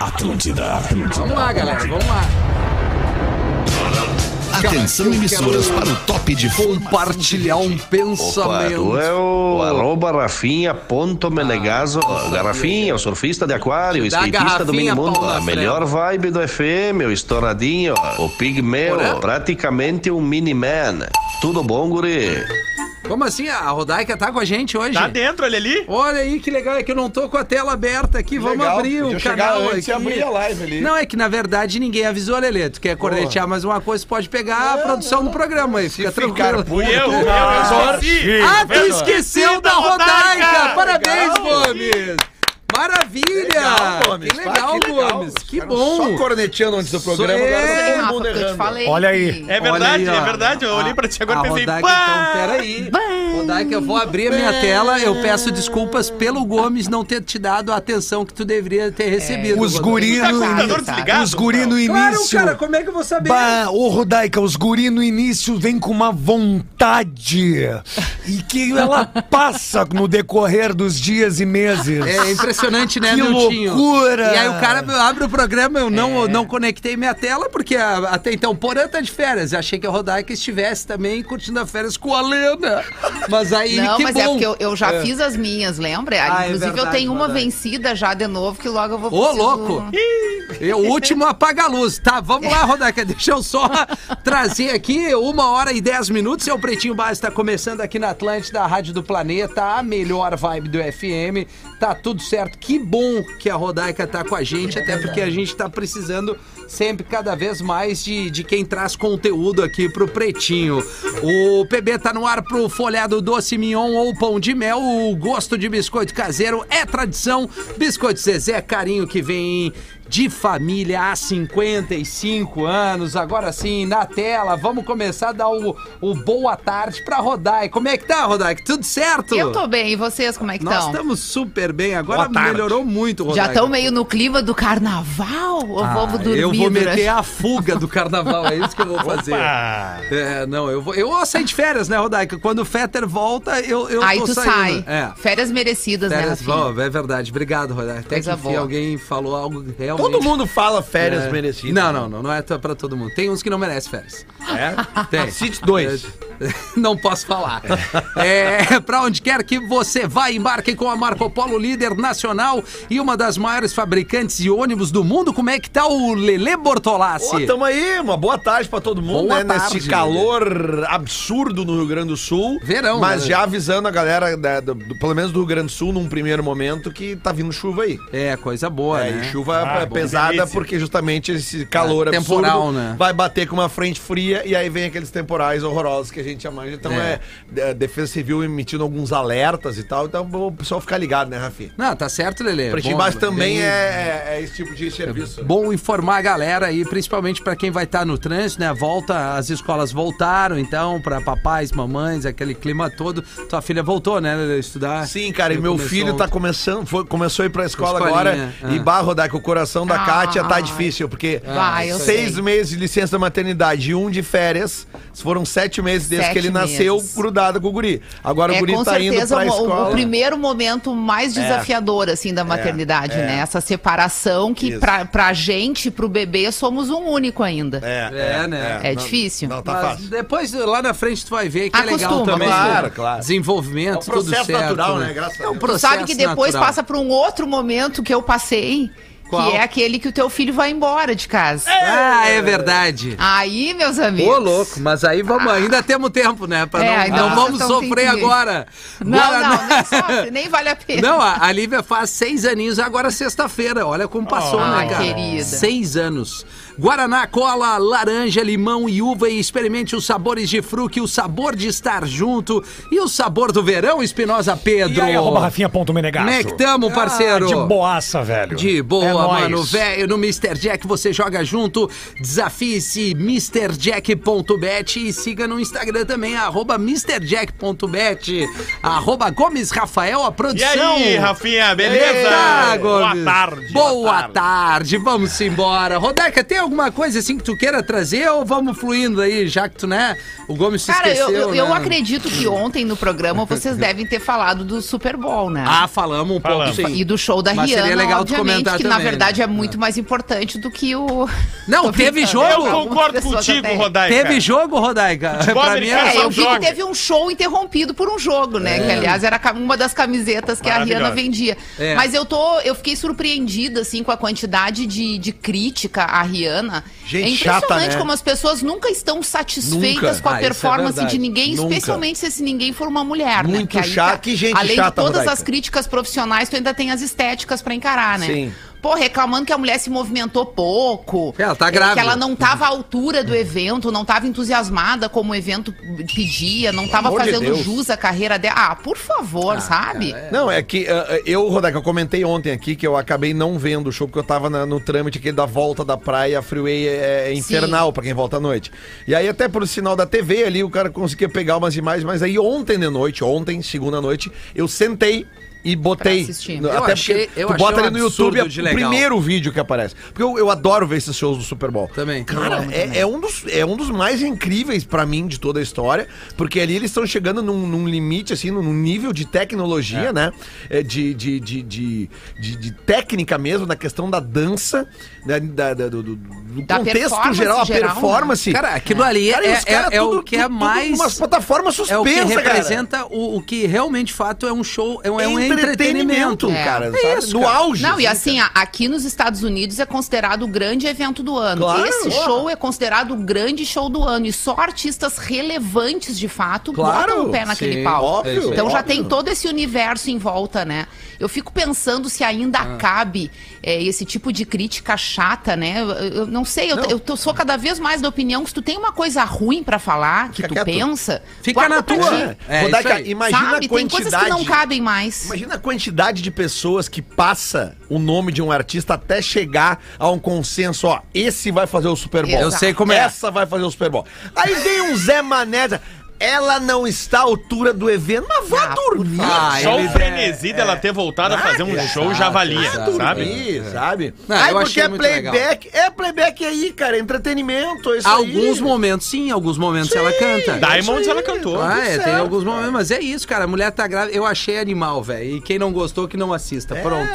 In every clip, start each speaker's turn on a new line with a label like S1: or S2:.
S1: Atlântida, Atlântida.
S2: Vamos lá, galera, vamos lá.
S1: Atenção,
S2: Cara, eu
S1: emissoras,
S2: quero-
S1: para o top de
S2: Compartilhar um
S3: Opa,
S2: pensamento.
S3: tu é o arroba Rafinha ponto Menegaso. Garrafinha, o surfista de aquário, o
S2: Dá a
S3: skatista do
S2: garrafinha,
S3: mini mundo.
S2: Paulo
S3: A
S2: Lafrel.
S3: melhor vibe do FM, o estouradinho, o
S2: Porã?
S3: pigmeu, praticamente um mini man. Tudo bom, guri?
S2: Como assim? A Rodaica tá com a gente hoje?
S4: Tá dentro, olha ali.
S2: Olha aí que legal, é que eu não tô com a tela aberta aqui. Vamos
S5: legal,
S2: abrir o
S5: podia chegar
S2: canal
S5: antes
S2: aqui.
S5: e abrir a live ali.
S2: Não, é que na verdade ninguém avisou, Lelê. Tu quer cornetear mais uma coisa, pode pegar a produção do programa aí. Fica tranquilo.
S4: Eu, eu, eu, esqueci.
S2: Ah, tu
S4: Vendo?
S2: esqueceu
S4: Esqueci
S2: da Rodaica!
S4: Rodaica.
S2: Parabéns, Gomes! Maravilha!
S5: Legal, Gomes.
S2: Que legal,
S5: Ah, que legal.
S2: Gomes! Que
S5: Ficaram Só
S2: bom!
S5: corneteando antes do programa,
S2: Sou eu.
S5: agora
S2: É,
S5: tá todo
S6: Rafa,
S5: mundo
S6: porque eu te
S5: errando.
S6: falei.
S7: Olha aí.
S4: É verdade, é verdade. Eu olhei pra ti agora e pensei,
S2: Rodaica,
S4: pá!
S2: então, peraí. Rodaica, eu vou abrir a minha tela. Eu peço desculpas pelo Gomes não ter te dado a atenção que tu deveria ter recebido.
S7: Os
S2: Rodaica.
S7: guri
S4: Tá com o
S7: no,
S4: computador desligado?
S7: os guri no
S2: Claro,
S7: início.
S2: cara, como é que eu vou saber?
S7: Bah, ô Rodaica, os guri no início vem com uma vontade e que ela passa no decorrer dos dias e meses.
S2: É impressionante, né,
S7: Que
S2: Miltinho?
S7: loucura!
S2: E aí o cara abre o programa, eu não, não conectei minha tela, porque a- até então o Porã tá de férias. Eu achei que a Rodaica estivesse também curtindo as férias com a Lena. Mas aí,
S6: Não,
S2: que
S6: mas
S2: bom.
S6: é porque eu, eu já fiz as minhas, lembra?
S2: Ah, é
S6: Inclusive, eu
S2: verdade,
S6: tenho uma
S2: verdade.
S6: vencida já de novo, que logo eu vou
S2: Ô,
S6: preciso-
S2: louco! E o último apaga a luz. Tá, vamos lá, Rodaica. Deixa eu só trazer aqui uma hora e dez minutos. Seu Pretinho Básico está começando aqui na Atlântida, a Rádio do Planeta, a melhor vibe do FM. Tá tudo certo. Que bom que a Rodaica tá com a gente, até porque a gente tá precisando sempre, cada vez mais, de, de quem traz conteúdo aqui pro Pretinho. O PB tá no ar pro folhado doce mignon ou pão de mel. O gosto de biscoito caseiro é tradição. Biscoito Zezé, carinho que vem de família há 55 anos. Agora sim, na tela, vamos começar a dar o, o boa tarde pra Rodai. Como é que tá, Rodai? Tudo certo?
S6: Eu tô bem, e vocês como é que
S2: Nós
S6: estão?
S2: estamos super bem. Agora melhorou muito, Rodai.
S6: Já estão meio no clima do carnaval? Ou vamos dormir?
S2: Ah, eu vou
S6: durante-
S2: meter a fuga do carnaval, é isso que eu vou fazer.
S4: Pá.
S2: É, não, eu vou. Eu vou sair de férias, né, Rodaica? Quando o Fetter volta, eu, eu
S6: Aí
S2: tô
S6: tu
S2: saindo.
S6: sai.
S2: É.
S6: Férias merecidas,
S2: Férias,
S6: né, Rafinha?
S2: bom, é verdade. Obrigado, Rodaica. Até
S6: Coisa
S2: que enfim,
S6: boa.
S2: alguém falou algo realmente.
S5: Todo mundo fala férias
S2: É.
S5: merecidas. né?
S2: Não, não, não. Não é pra todo mundo. Tem uns que não merecem férias.
S5: É?
S2: Tem.
S5: Cite dois.
S2: É, Não posso falar. É, para onde quer que você vá, embarque com a Marco Polo líder nacional e uma das maiores fabricantes de ônibus do mundo. Como é que tá o Lele Bortolassi?
S5: Ô, tamo aí, uma boa tarde pra todo mundo,
S2: Boa
S5: né?
S2: tarde.
S5: Nesse calor absurdo no Rio Grande do Sul.
S2: Verão,
S5: Mas
S2: né?
S5: já avisando a galera, da- do- do- pelo menos do Rio Grande do Sul, num primeiro momento, que tá vindo chuva aí.
S2: É, coisa boa,
S5: É,
S2: né?
S5: e chuva
S4: Ah,
S5: é
S4: bom,
S5: pesada
S4: delícia.
S5: porque justamente esse calor
S2: É,
S5: absurdo
S2: temporal, né?
S5: vai bater com uma frente fria e aí vem aqueles temporais horrorosos que a gente já manja. Então
S2: É.
S5: é, é, Defesa Civil emitindo alguns alertas e tal, então o pessoal ficar ligado, né, Rafi?
S2: Não, tá certo, Lele.
S5: Pretinho embaixo também é, é esse tipo de serviço.
S2: né? Bom informar a galera aí, principalmente pra quem vai estar no trânsito, né? Volta, as escolas voltaram, então, pra papais, mamães, aquele clima todo. Tua filha voltou, né, Lelê, estudar?
S5: Sim, cara, e meu
S2: Começou
S5: filho tá
S2: ontem.
S5: começando, foi, começou a ir pra escola
S2: Escolinha,
S5: agora
S2: é.
S5: e barro dá que o coração da
S6: Ah, É,
S5: Kátia tá difícil, porque
S6: Vai, eu
S5: seis
S6: sei.
S5: meses de licença da maternidade e um de férias, foram sete meses desde
S6: Sete
S5: que ele nasceu
S6: meses.
S5: grudado com o guri. Agora o
S6: É
S5: guri
S6: com
S5: tá indo
S6: certeza
S5: pra
S6: o- o-
S5: escola.
S6: o, primeiro momento mais
S2: É.
S6: desafiador, assim, da maternidade,
S5: é.
S6: né? Essa separação que
S5: Isso.
S6: pra, pra gente, pro bebê, somos um único ainda. É,
S2: É, né?
S5: É,
S6: difícil.
S5: Não, tá
S2: Mas
S5: fácil.
S2: depois lá na frente tu vai ver que é legal
S6: Acostuma,
S2: também.
S5: claro, claro.
S2: Desenvolvimento,
S5: É um processo
S2: tudo certo.
S5: natural, né? Graças a
S2: É um
S5: Deus.
S6: Tu
S2: processo
S6: sabe que depois
S2: natural.
S6: passa por um outro momento que eu passei,
S2: Qual?
S6: que é aquele que o teu filho vai embora de casa.
S2: Ah, é verdade.
S6: Aí, meus amigos.
S2: Ô, louco, mas aí vamos, ainda temos tempo, né? Pra
S6: Ah. É,
S2: não,
S6: ainda
S2: não
S6: vocês
S2: vamos
S6: tão
S2: sofrer
S6: sentindo.
S2: agora.
S6: Não,
S2: Guaraná-
S6: não, nem sofre, nem vale a pena.
S2: Não, a, a Lívia faz seis aninhos agora é sexta-feira. Olha como passou,
S6: Ah, Ai,
S2: né, cara?
S6: querida.
S2: Seis anos. Guaraná, cola, laranja, limão e uva e experimente os sabores de fruque, o sabor de estar junto e o sabor do verão, Espinosa Pedro.
S7: E aí, arroba rafinha ponto
S2: Como é
S7: menegasso.
S2: que tamo, parceiro?
S7: Ah, tá, de boaça, velho.
S2: De boa.
S7: É
S2: boa,
S4: nóis.
S2: mano. Velho, no Mr. Jack você joga junto. Desafie-se MrJack.bet e siga no Instagram também, arroba MrJack.bet, arroba Gomes Rafael, a
S4: E
S2: produção.
S4: aí, Rafinha, beleza?
S2: Eita,
S4: Boa
S2: Gomes.
S4: tarde.
S2: Boa tarde. vamos embora. Rodaica, tem alguma coisa assim que tu queira trazer ou vamos fluindo aí, já que tu, né? O Gomes se
S6: Cara, eu,
S2: esqueceu.
S6: eu, eu
S2: né?
S6: acredito que ontem no programa vocês devem ter falado do Super Bowl, né?
S2: Ah, falamos um
S4: Falamos.
S2: pouco, sim.
S6: E do show da
S2: Mas
S6: Rihanna,
S2: seria legal tu
S6: obviamente,
S2: comentar
S6: que na
S2: também,
S6: verdade
S2: né?
S6: é muito mais importante do que o...
S2: Não,
S6: Tô
S2: teve
S6: brincando.
S2: jogo.
S4: Eu
S2: Algumas
S4: concordo
S6: pessoas
S4: contigo,
S6: até-
S4: Rodaica.
S2: Teve jogo, Rodaica?
S4: Futebol
S2: Pra mim
S4: americano.
S2: é...
S6: É, eu vi que
S4: Joga.
S6: teve um show interrompido por um jogo, né? Que, aliás, era ca- uma das camisetas que a
S4: Maravilhosa.
S6: Rihanna vendia.
S2: É.
S6: Mas eu tô, eu fiquei surpreendida, assim, com a quantidade de, de crítica à Rihanna.
S7: Gente
S6: é impressionante
S7: chata, né?
S6: como as pessoas nunca estão satisfeitas
S5: Nunca.
S6: com a
S2: Ah, isso é
S6: performance
S2: verdade.
S6: de ninguém,
S5: Nunca.
S6: especialmente se esse ninguém for uma mulher, né?
S7: Muito
S6: Porque aí
S7: chata.
S6: tá-
S7: Que gente
S6: Além
S7: chata,
S6: de todas
S7: Rodaica.
S6: as críticas profissionais, tu ainda tem as estéticas pra encarar, né?
S5: Sim.
S6: Pô, reclamando que a mulher se movimentou pouco.
S2: Ela tá
S6: eh, Que
S2: grávida.
S6: ela não tava à altura do evento, não tava entusiasmada como o evento pedia, não tava
S5: amor de
S6: fazendo
S5: Deus.
S6: jus à carreira dela. Ah, por favor, sabe?
S5: Não, é que ah, eu, Rodaica, eu comentei ontem aqui que eu acabei não vendo o show porque eu tava na- no trâmite aquele da volta da praia, a freeway é, é infernal pra quem volta à noite. E aí até por sinal da TV ali o cara conseguia pegar umas imagens, mas aí ontem de noite, ontem, segunda noite, eu sentei e botei.
S6: Pra assistir.
S5: No-
S2: Eu
S5: até
S2: achei-
S5: porque
S2: eu
S5: tu
S2: achei
S5: bota
S2: um
S5: ali no YouTube é
S2: absurdo de
S5: o
S2: legal.
S5: primeiro vídeo que aparece. Porque eu, eu adoro ver esses shows do Super Bowl.
S2: Também.
S5: Cara, é, é um dos, é um dos mais incríveis pra mim de toda a história, porque ali eles estão chegando num, num limite, assim, num nível de tecnologia, né? É, De, de, de, de, de- de técnica mesmo, na questão da dança, né? da, da- do, do- do
S6: Da
S5: contexto
S6: performance
S5: geral, a
S6: geral, né?
S5: performance.
S2: Cara, aquilo ali
S5: Cara, e
S2: é,
S5: os caras
S2: é- é
S5: tudo-
S2: o que é
S5: tudo
S2: mais...
S5: Umas plataformas suspensas,
S2: É o que
S5: cara.
S2: representa o, o que realmente, de fato, é um show, é um, é um entretenimento.
S6: É.
S5: cara.
S2: É
S5: sabe?
S2: isso,
S5: no
S2: cara.
S5: auge.
S6: Não, e assim, a- aqui nos Estados Unidos é considerado o grande evento do ano.
S5: Claro,
S6: Esse
S5: porra.
S6: show é considerado o grande show do ano. E só artistas relevantes, de fato,
S5: Claro,
S6: botam o pé naquele
S2: sim,
S6: pau.
S5: óbvio,
S6: então já
S5: óbvio.
S6: tem todo esse universo em volta, né? Eu fico pensando se ainda cabe é, esse tipo de crítica chata, né? Eu, eu não sei, eu, eu tô- sou cada vez mais da opinião que se tu tem uma coisa ruim pra falar, que
S5: Fica
S6: tu
S5: quieto.
S6: pensa,
S2: Fica
S6: guarda
S2: na
S6: pra
S2: tua.
S6: ti.
S2: É,
S5: Rodaica,
S2: isso aí.
S5: imagina
S6: Sabe?
S5: a
S6: Tem
S5: quantidade.
S6: coisas que não cabem mais.
S5: Imagina a quantidade de pessoas que passa o nome de um artista até chegar a um consenso, ó, esse vai fazer o Super Bowl.
S6: Eu sei
S2: como é.
S5: Essa vai fazer o Super Bowl. Aí vem um Zé Mané, ela não está à altura do evento, mas vá
S6: Ah,
S5: dormir.
S2: Ah,
S4: Só
S2: ele-
S4: o frenesi dela ter voltado a fazer um show já valia,
S5: Vá
S2: ah,
S4: sabe?
S2: é
S5: dormir, sabe?
S2: Não,
S5: aí
S2: eu
S5: porque
S2: achei
S5: é
S2: muito
S5: playback, é playback aí, cara, é entretenimento, é isso
S2: Alguns
S5: aí.
S2: momentos sim, alguns momentos ela canta.
S4: Diamonds ela cantou.
S2: Ah, é, tem
S5: certo,
S2: alguns momentos, mas é isso, cara. A mulher tá grávida. Eu achei animal, velho. E quem não gostou, que não assista. Pronto.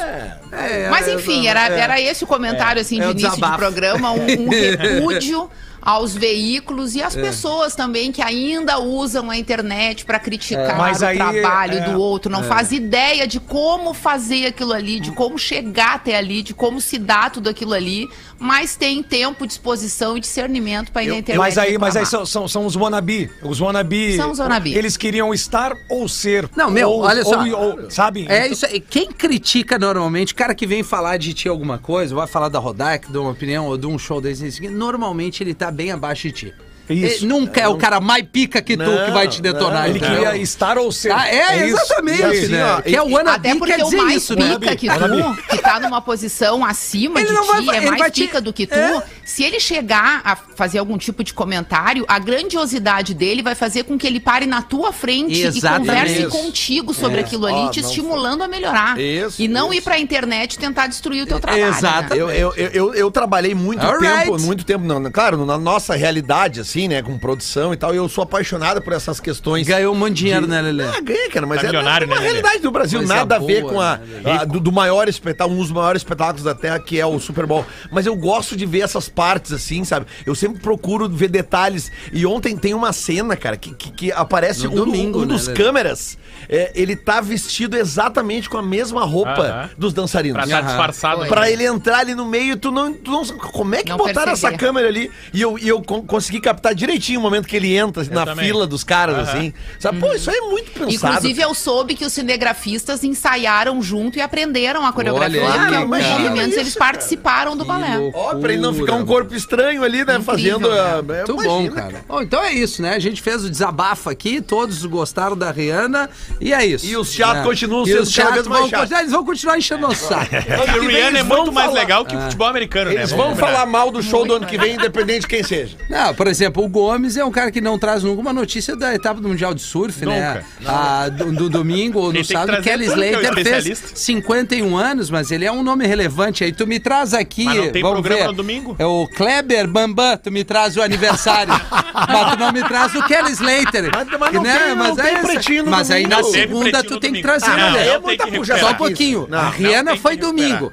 S2: É,
S6: Mas
S2: é,
S6: enfim,
S2: é,
S6: era,
S2: é.
S6: era esse o comentário assim, de
S2: É o
S6: início
S2: desabafo.
S6: de programa, um, um repúdio aos veículos e
S2: É.
S6: às pessoas também que ainda usam a internet para criticar
S7: Mas
S6: o
S7: aí,
S6: trabalho
S7: é,
S6: do outro, não faz ideia de como fazer aquilo ali, de como chegar até ali, de como se dá tudo aquilo ali, mas tem tempo, disposição e discernimento para ir na internet.
S7: Mas aí, mas aí
S6: reclamar.
S7: são, são, são os wannabe. Os wannabe.
S6: São os wannabe.
S7: Eles queriam estar ou ser.
S2: Não, meu,
S7: Ou-
S2: olha só.
S7: ou- ou- sabe? então-
S2: É isso aí. Quem critica normalmente, o cara que vem falar de ti alguma coisa, ou vai falar da Rodaica, de uma opinião ou de um show desse, desse normalmente ele tá bem abaixo de ti.
S7: Isso.
S2: Ele nunca é o cara mais pica que tu que vai te detonar.
S7: Ele
S2: entendeu?
S7: queria estar ou ser.
S2: Ah, é,
S7: isso.
S2: exatamente,
S7: E assim,
S2: né?
S7: ó,
S2: que é o
S6: Até
S2: wannabe
S6: porque
S2: quer
S6: o
S2: dizer
S6: mais
S2: isso, né?
S6: pica que tu, que tá numa posição acima
S2: Ele
S6: de
S2: não vai
S6: ti,
S2: fa-
S6: é
S2: ele
S6: mais
S2: vai te-
S6: pica do que tu,
S2: É.
S6: se ele chegar a fazer algum tipo de comentário, a grandiosidade dele vai fazer com que ele pare na tua frente
S2: Exatamente.
S6: e
S2: Isso.
S6: converse contigo sobre aquilo ali,
S5: Ó,
S6: te
S5: não
S6: estimulando a melhorar.
S5: Isso,
S6: E não
S5: isso.
S6: ir pra internet tentar destruir o teu trabalho.
S2: Exato.
S6: né?
S5: Eu, eu, eu, eu- eu trabalhei muito
S2: Alright.
S5: tempo, muito tempo, não, claro, na nossa realidade, assim, né, com produção e tal, e eu sou apaixonado por essas questões.
S2: Ganhou um monte de dinheiro, né, Lelê?
S5: Ah, ganha, cara, mas
S4: Tá
S5: é
S4: milionário,
S5: uma
S4: né, Lelê?
S5: realidade do Brasil,
S2: Coisa
S5: nada a ver
S2: boa,
S5: com a,
S2: né,
S5: a- do, do maior espetáculo, um dos maiores espetáculos da Terra, que é o Super Bowl. Mas eu gosto de ver essas partes, assim, sabe? Eu sempre procuro ver detalhes. E ontem tem uma cena, cara, que, que, que aparece
S2: No
S5: um, do-
S2: domingo,
S5: um
S2: né,
S5: dos
S2: Lelê?
S5: câmeras, é, ele tá vestido exatamente com a mesma roupa
S4: Aham.
S5: dos dançarinos.
S4: Pra estar
S2: Aham.
S4: disfarçado.
S5: Pra ele entrar ali no meio, tu não. tu não- como é que
S6: Não
S5: botaram
S6: perceber.
S5: essa câmera ali? E eu, e eu con- consegui captar direitinho o momento que ele entra assim, na
S4: também.
S5: fila dos caras,
S4: Aham.
S5: assim. Sabe, pô, isso aí é muito
S2: Uhum.
S5: pensado.
S6: Inclusive, eu soube que os cinegrafistas ensaiaram junto e aprenderam a coreografia.
S2: aí,
S6: porque
S2: cara.
S6: alguns movimentos
S5: Imagina
S6: eles
S5: isso, cara.
S6: participaram do balé.
S2: louco.
S5: Ó, pra ele não ficar um um corpo estranho ali, né?
S6: Incrível,
S5: fazendo.
S6: né?
S5: ah, é,
S2: Muito
S5: imagina,
S2: bom, cara. Bom, então é isso, né? A gente fez o desabafo aqui, todos gostaram da Rihanna, e é isso.
S5: E os chatos continuam
S2: E
S5: sendo
S2: os
S5: cada
S2: chatos
S5: vez mais
S2: vão
S5: chatos.
S2: continuar- Eles vão continuar enchendo o saco.
S4: E
S5: que vem
S4: Rihanna é
S5: eles vão
S4: muito mais
S5: falar.
S4: legal que o futebol americano, né?
S5: Eles
S2: É.
S5: vão
S4: combinar.
S5: falar mal do show do ano
S6: Muito
S5: que vem, independente de quem seja.
S2: Não, por exemplo, o Gomes é um cara que não traz nenhuma notícia da etapa do Mundial de Surf, né? Ah, do, do domingo ou no
S4: Ele tem que
S2: sábado,
S4: trazer
S2: Kelly
S4: tudo que é o
S2: Slater fez
S4: especialista.
S2: 51 anos, mas ele é um nome relevante aí. Tu me traz aqui.
S4: Mas não tem
S2: vamos
S4: programa
S2: ver.
S4: no domingo?
S2: É o Kleber Bambam, tu me traz o aniversário. mas tu não me traz o Kelly Slater. Né? é
S5: Mas- mas não tem- não tem
S2: essa-
S5: pretinho no
S2: mas aí na
S5: domingo.
S4: Teve
S2: segunda
S4: pretinho
S2: tu
S4: no
S2: tem que
S4: domingo.
S2: trazer,
S4: Ah,
S2: né?
S4: não,
S5: mulher.
S4: não
S5: É
S4: tem que
S5: muita puxada.
S2: Só um
S4: recuperar.
S2: pouquinho.
S5: Não,
S2: a
S5: não,
S2: Rihanna
S4: tem que
S2: foi domingo.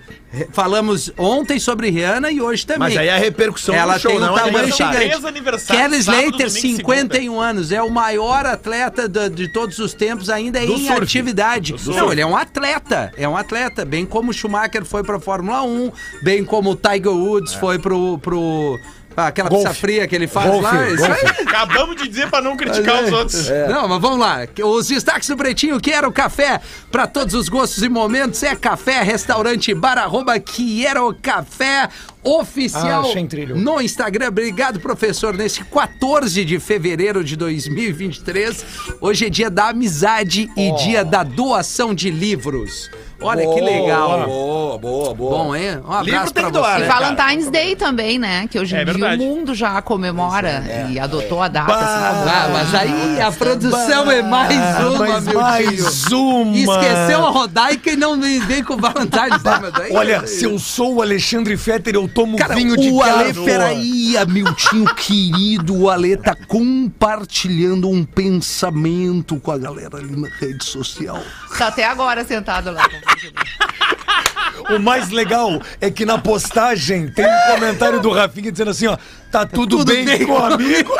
S2: Falamos ontem sobre Rihanna e hoje também.
S5: Mas aí é a repercussão
S2: Ela
S5: do show
S2: tem um
S5: não é
S2: tamanho
S5: aniversário.
S2: gigante.
S4: Três aniversários,
S2: Kelly
S4: sábado,
S2: Slater,
S4: domingo e
S2: 51 anos, é o maior atleta do- de, todos os tempos, ainda em
S5: surf.
S2: atividade. Não, ele é um atleta, é um atleta, bem como o Schumacher foi pra Fórmula 1, bem como o Tiger Woods foi pro... pro pra aquela
S7: Golfe.
S2: pizza fria que ele faz
S7: Golfe,
S2: lá. Isso
S7: golfe.
S2: aí.
S4: Acabamos de dizer pra não criticar os outros.
S2: Não, mas vamos lá. Os destaques do Pretinho, quero café para todos os gostos e momentos. É café, restaurante, bar, arroba, quero café oficial
S7: Ah, achei trilho.
S2: no Instagram. Obrigado, professor. Nesse 14 de fevereiro de 2023, hoje é dia da amizade e dia da doação de livros. Olha que legal.
S5: Boa, boa, boa.
S2: Bom, hein? Um abraço
S5: Livro tem
S2: pra
S5: que
S4: Ah,
S5: doar,
S2: você.
S6: E
S5: né,
S6: Valentine's Day também, né? Que hoje em
S4: É
S6: dia
S4: verdade.
S6: o mundo já comemora e adotou a data. assim como-
S2: Ah, mas aí a produção é mais uma,
S7: Mas
S2: meu tio.
S7: mais uma.
S2: Esqueceu a Rodaica e não me dei com o Valentine's Day, meu Deus.
S7: Olha, se eu sou o Alexandre Fetter, eu tomo
S2: Cara,
S7: vinho de
S2: o Ale,
S7: garoa.
S2: peraí, Amiltinho querido, o Ale tá compartilhando um pensamento com a galera ali na rede social.
S6: Tá até agora sentado lá.
S7: O mais legal é que na postagem tem um comentário do Rafinha dizendo assim, ó, tá tudo, bem, com o amigo.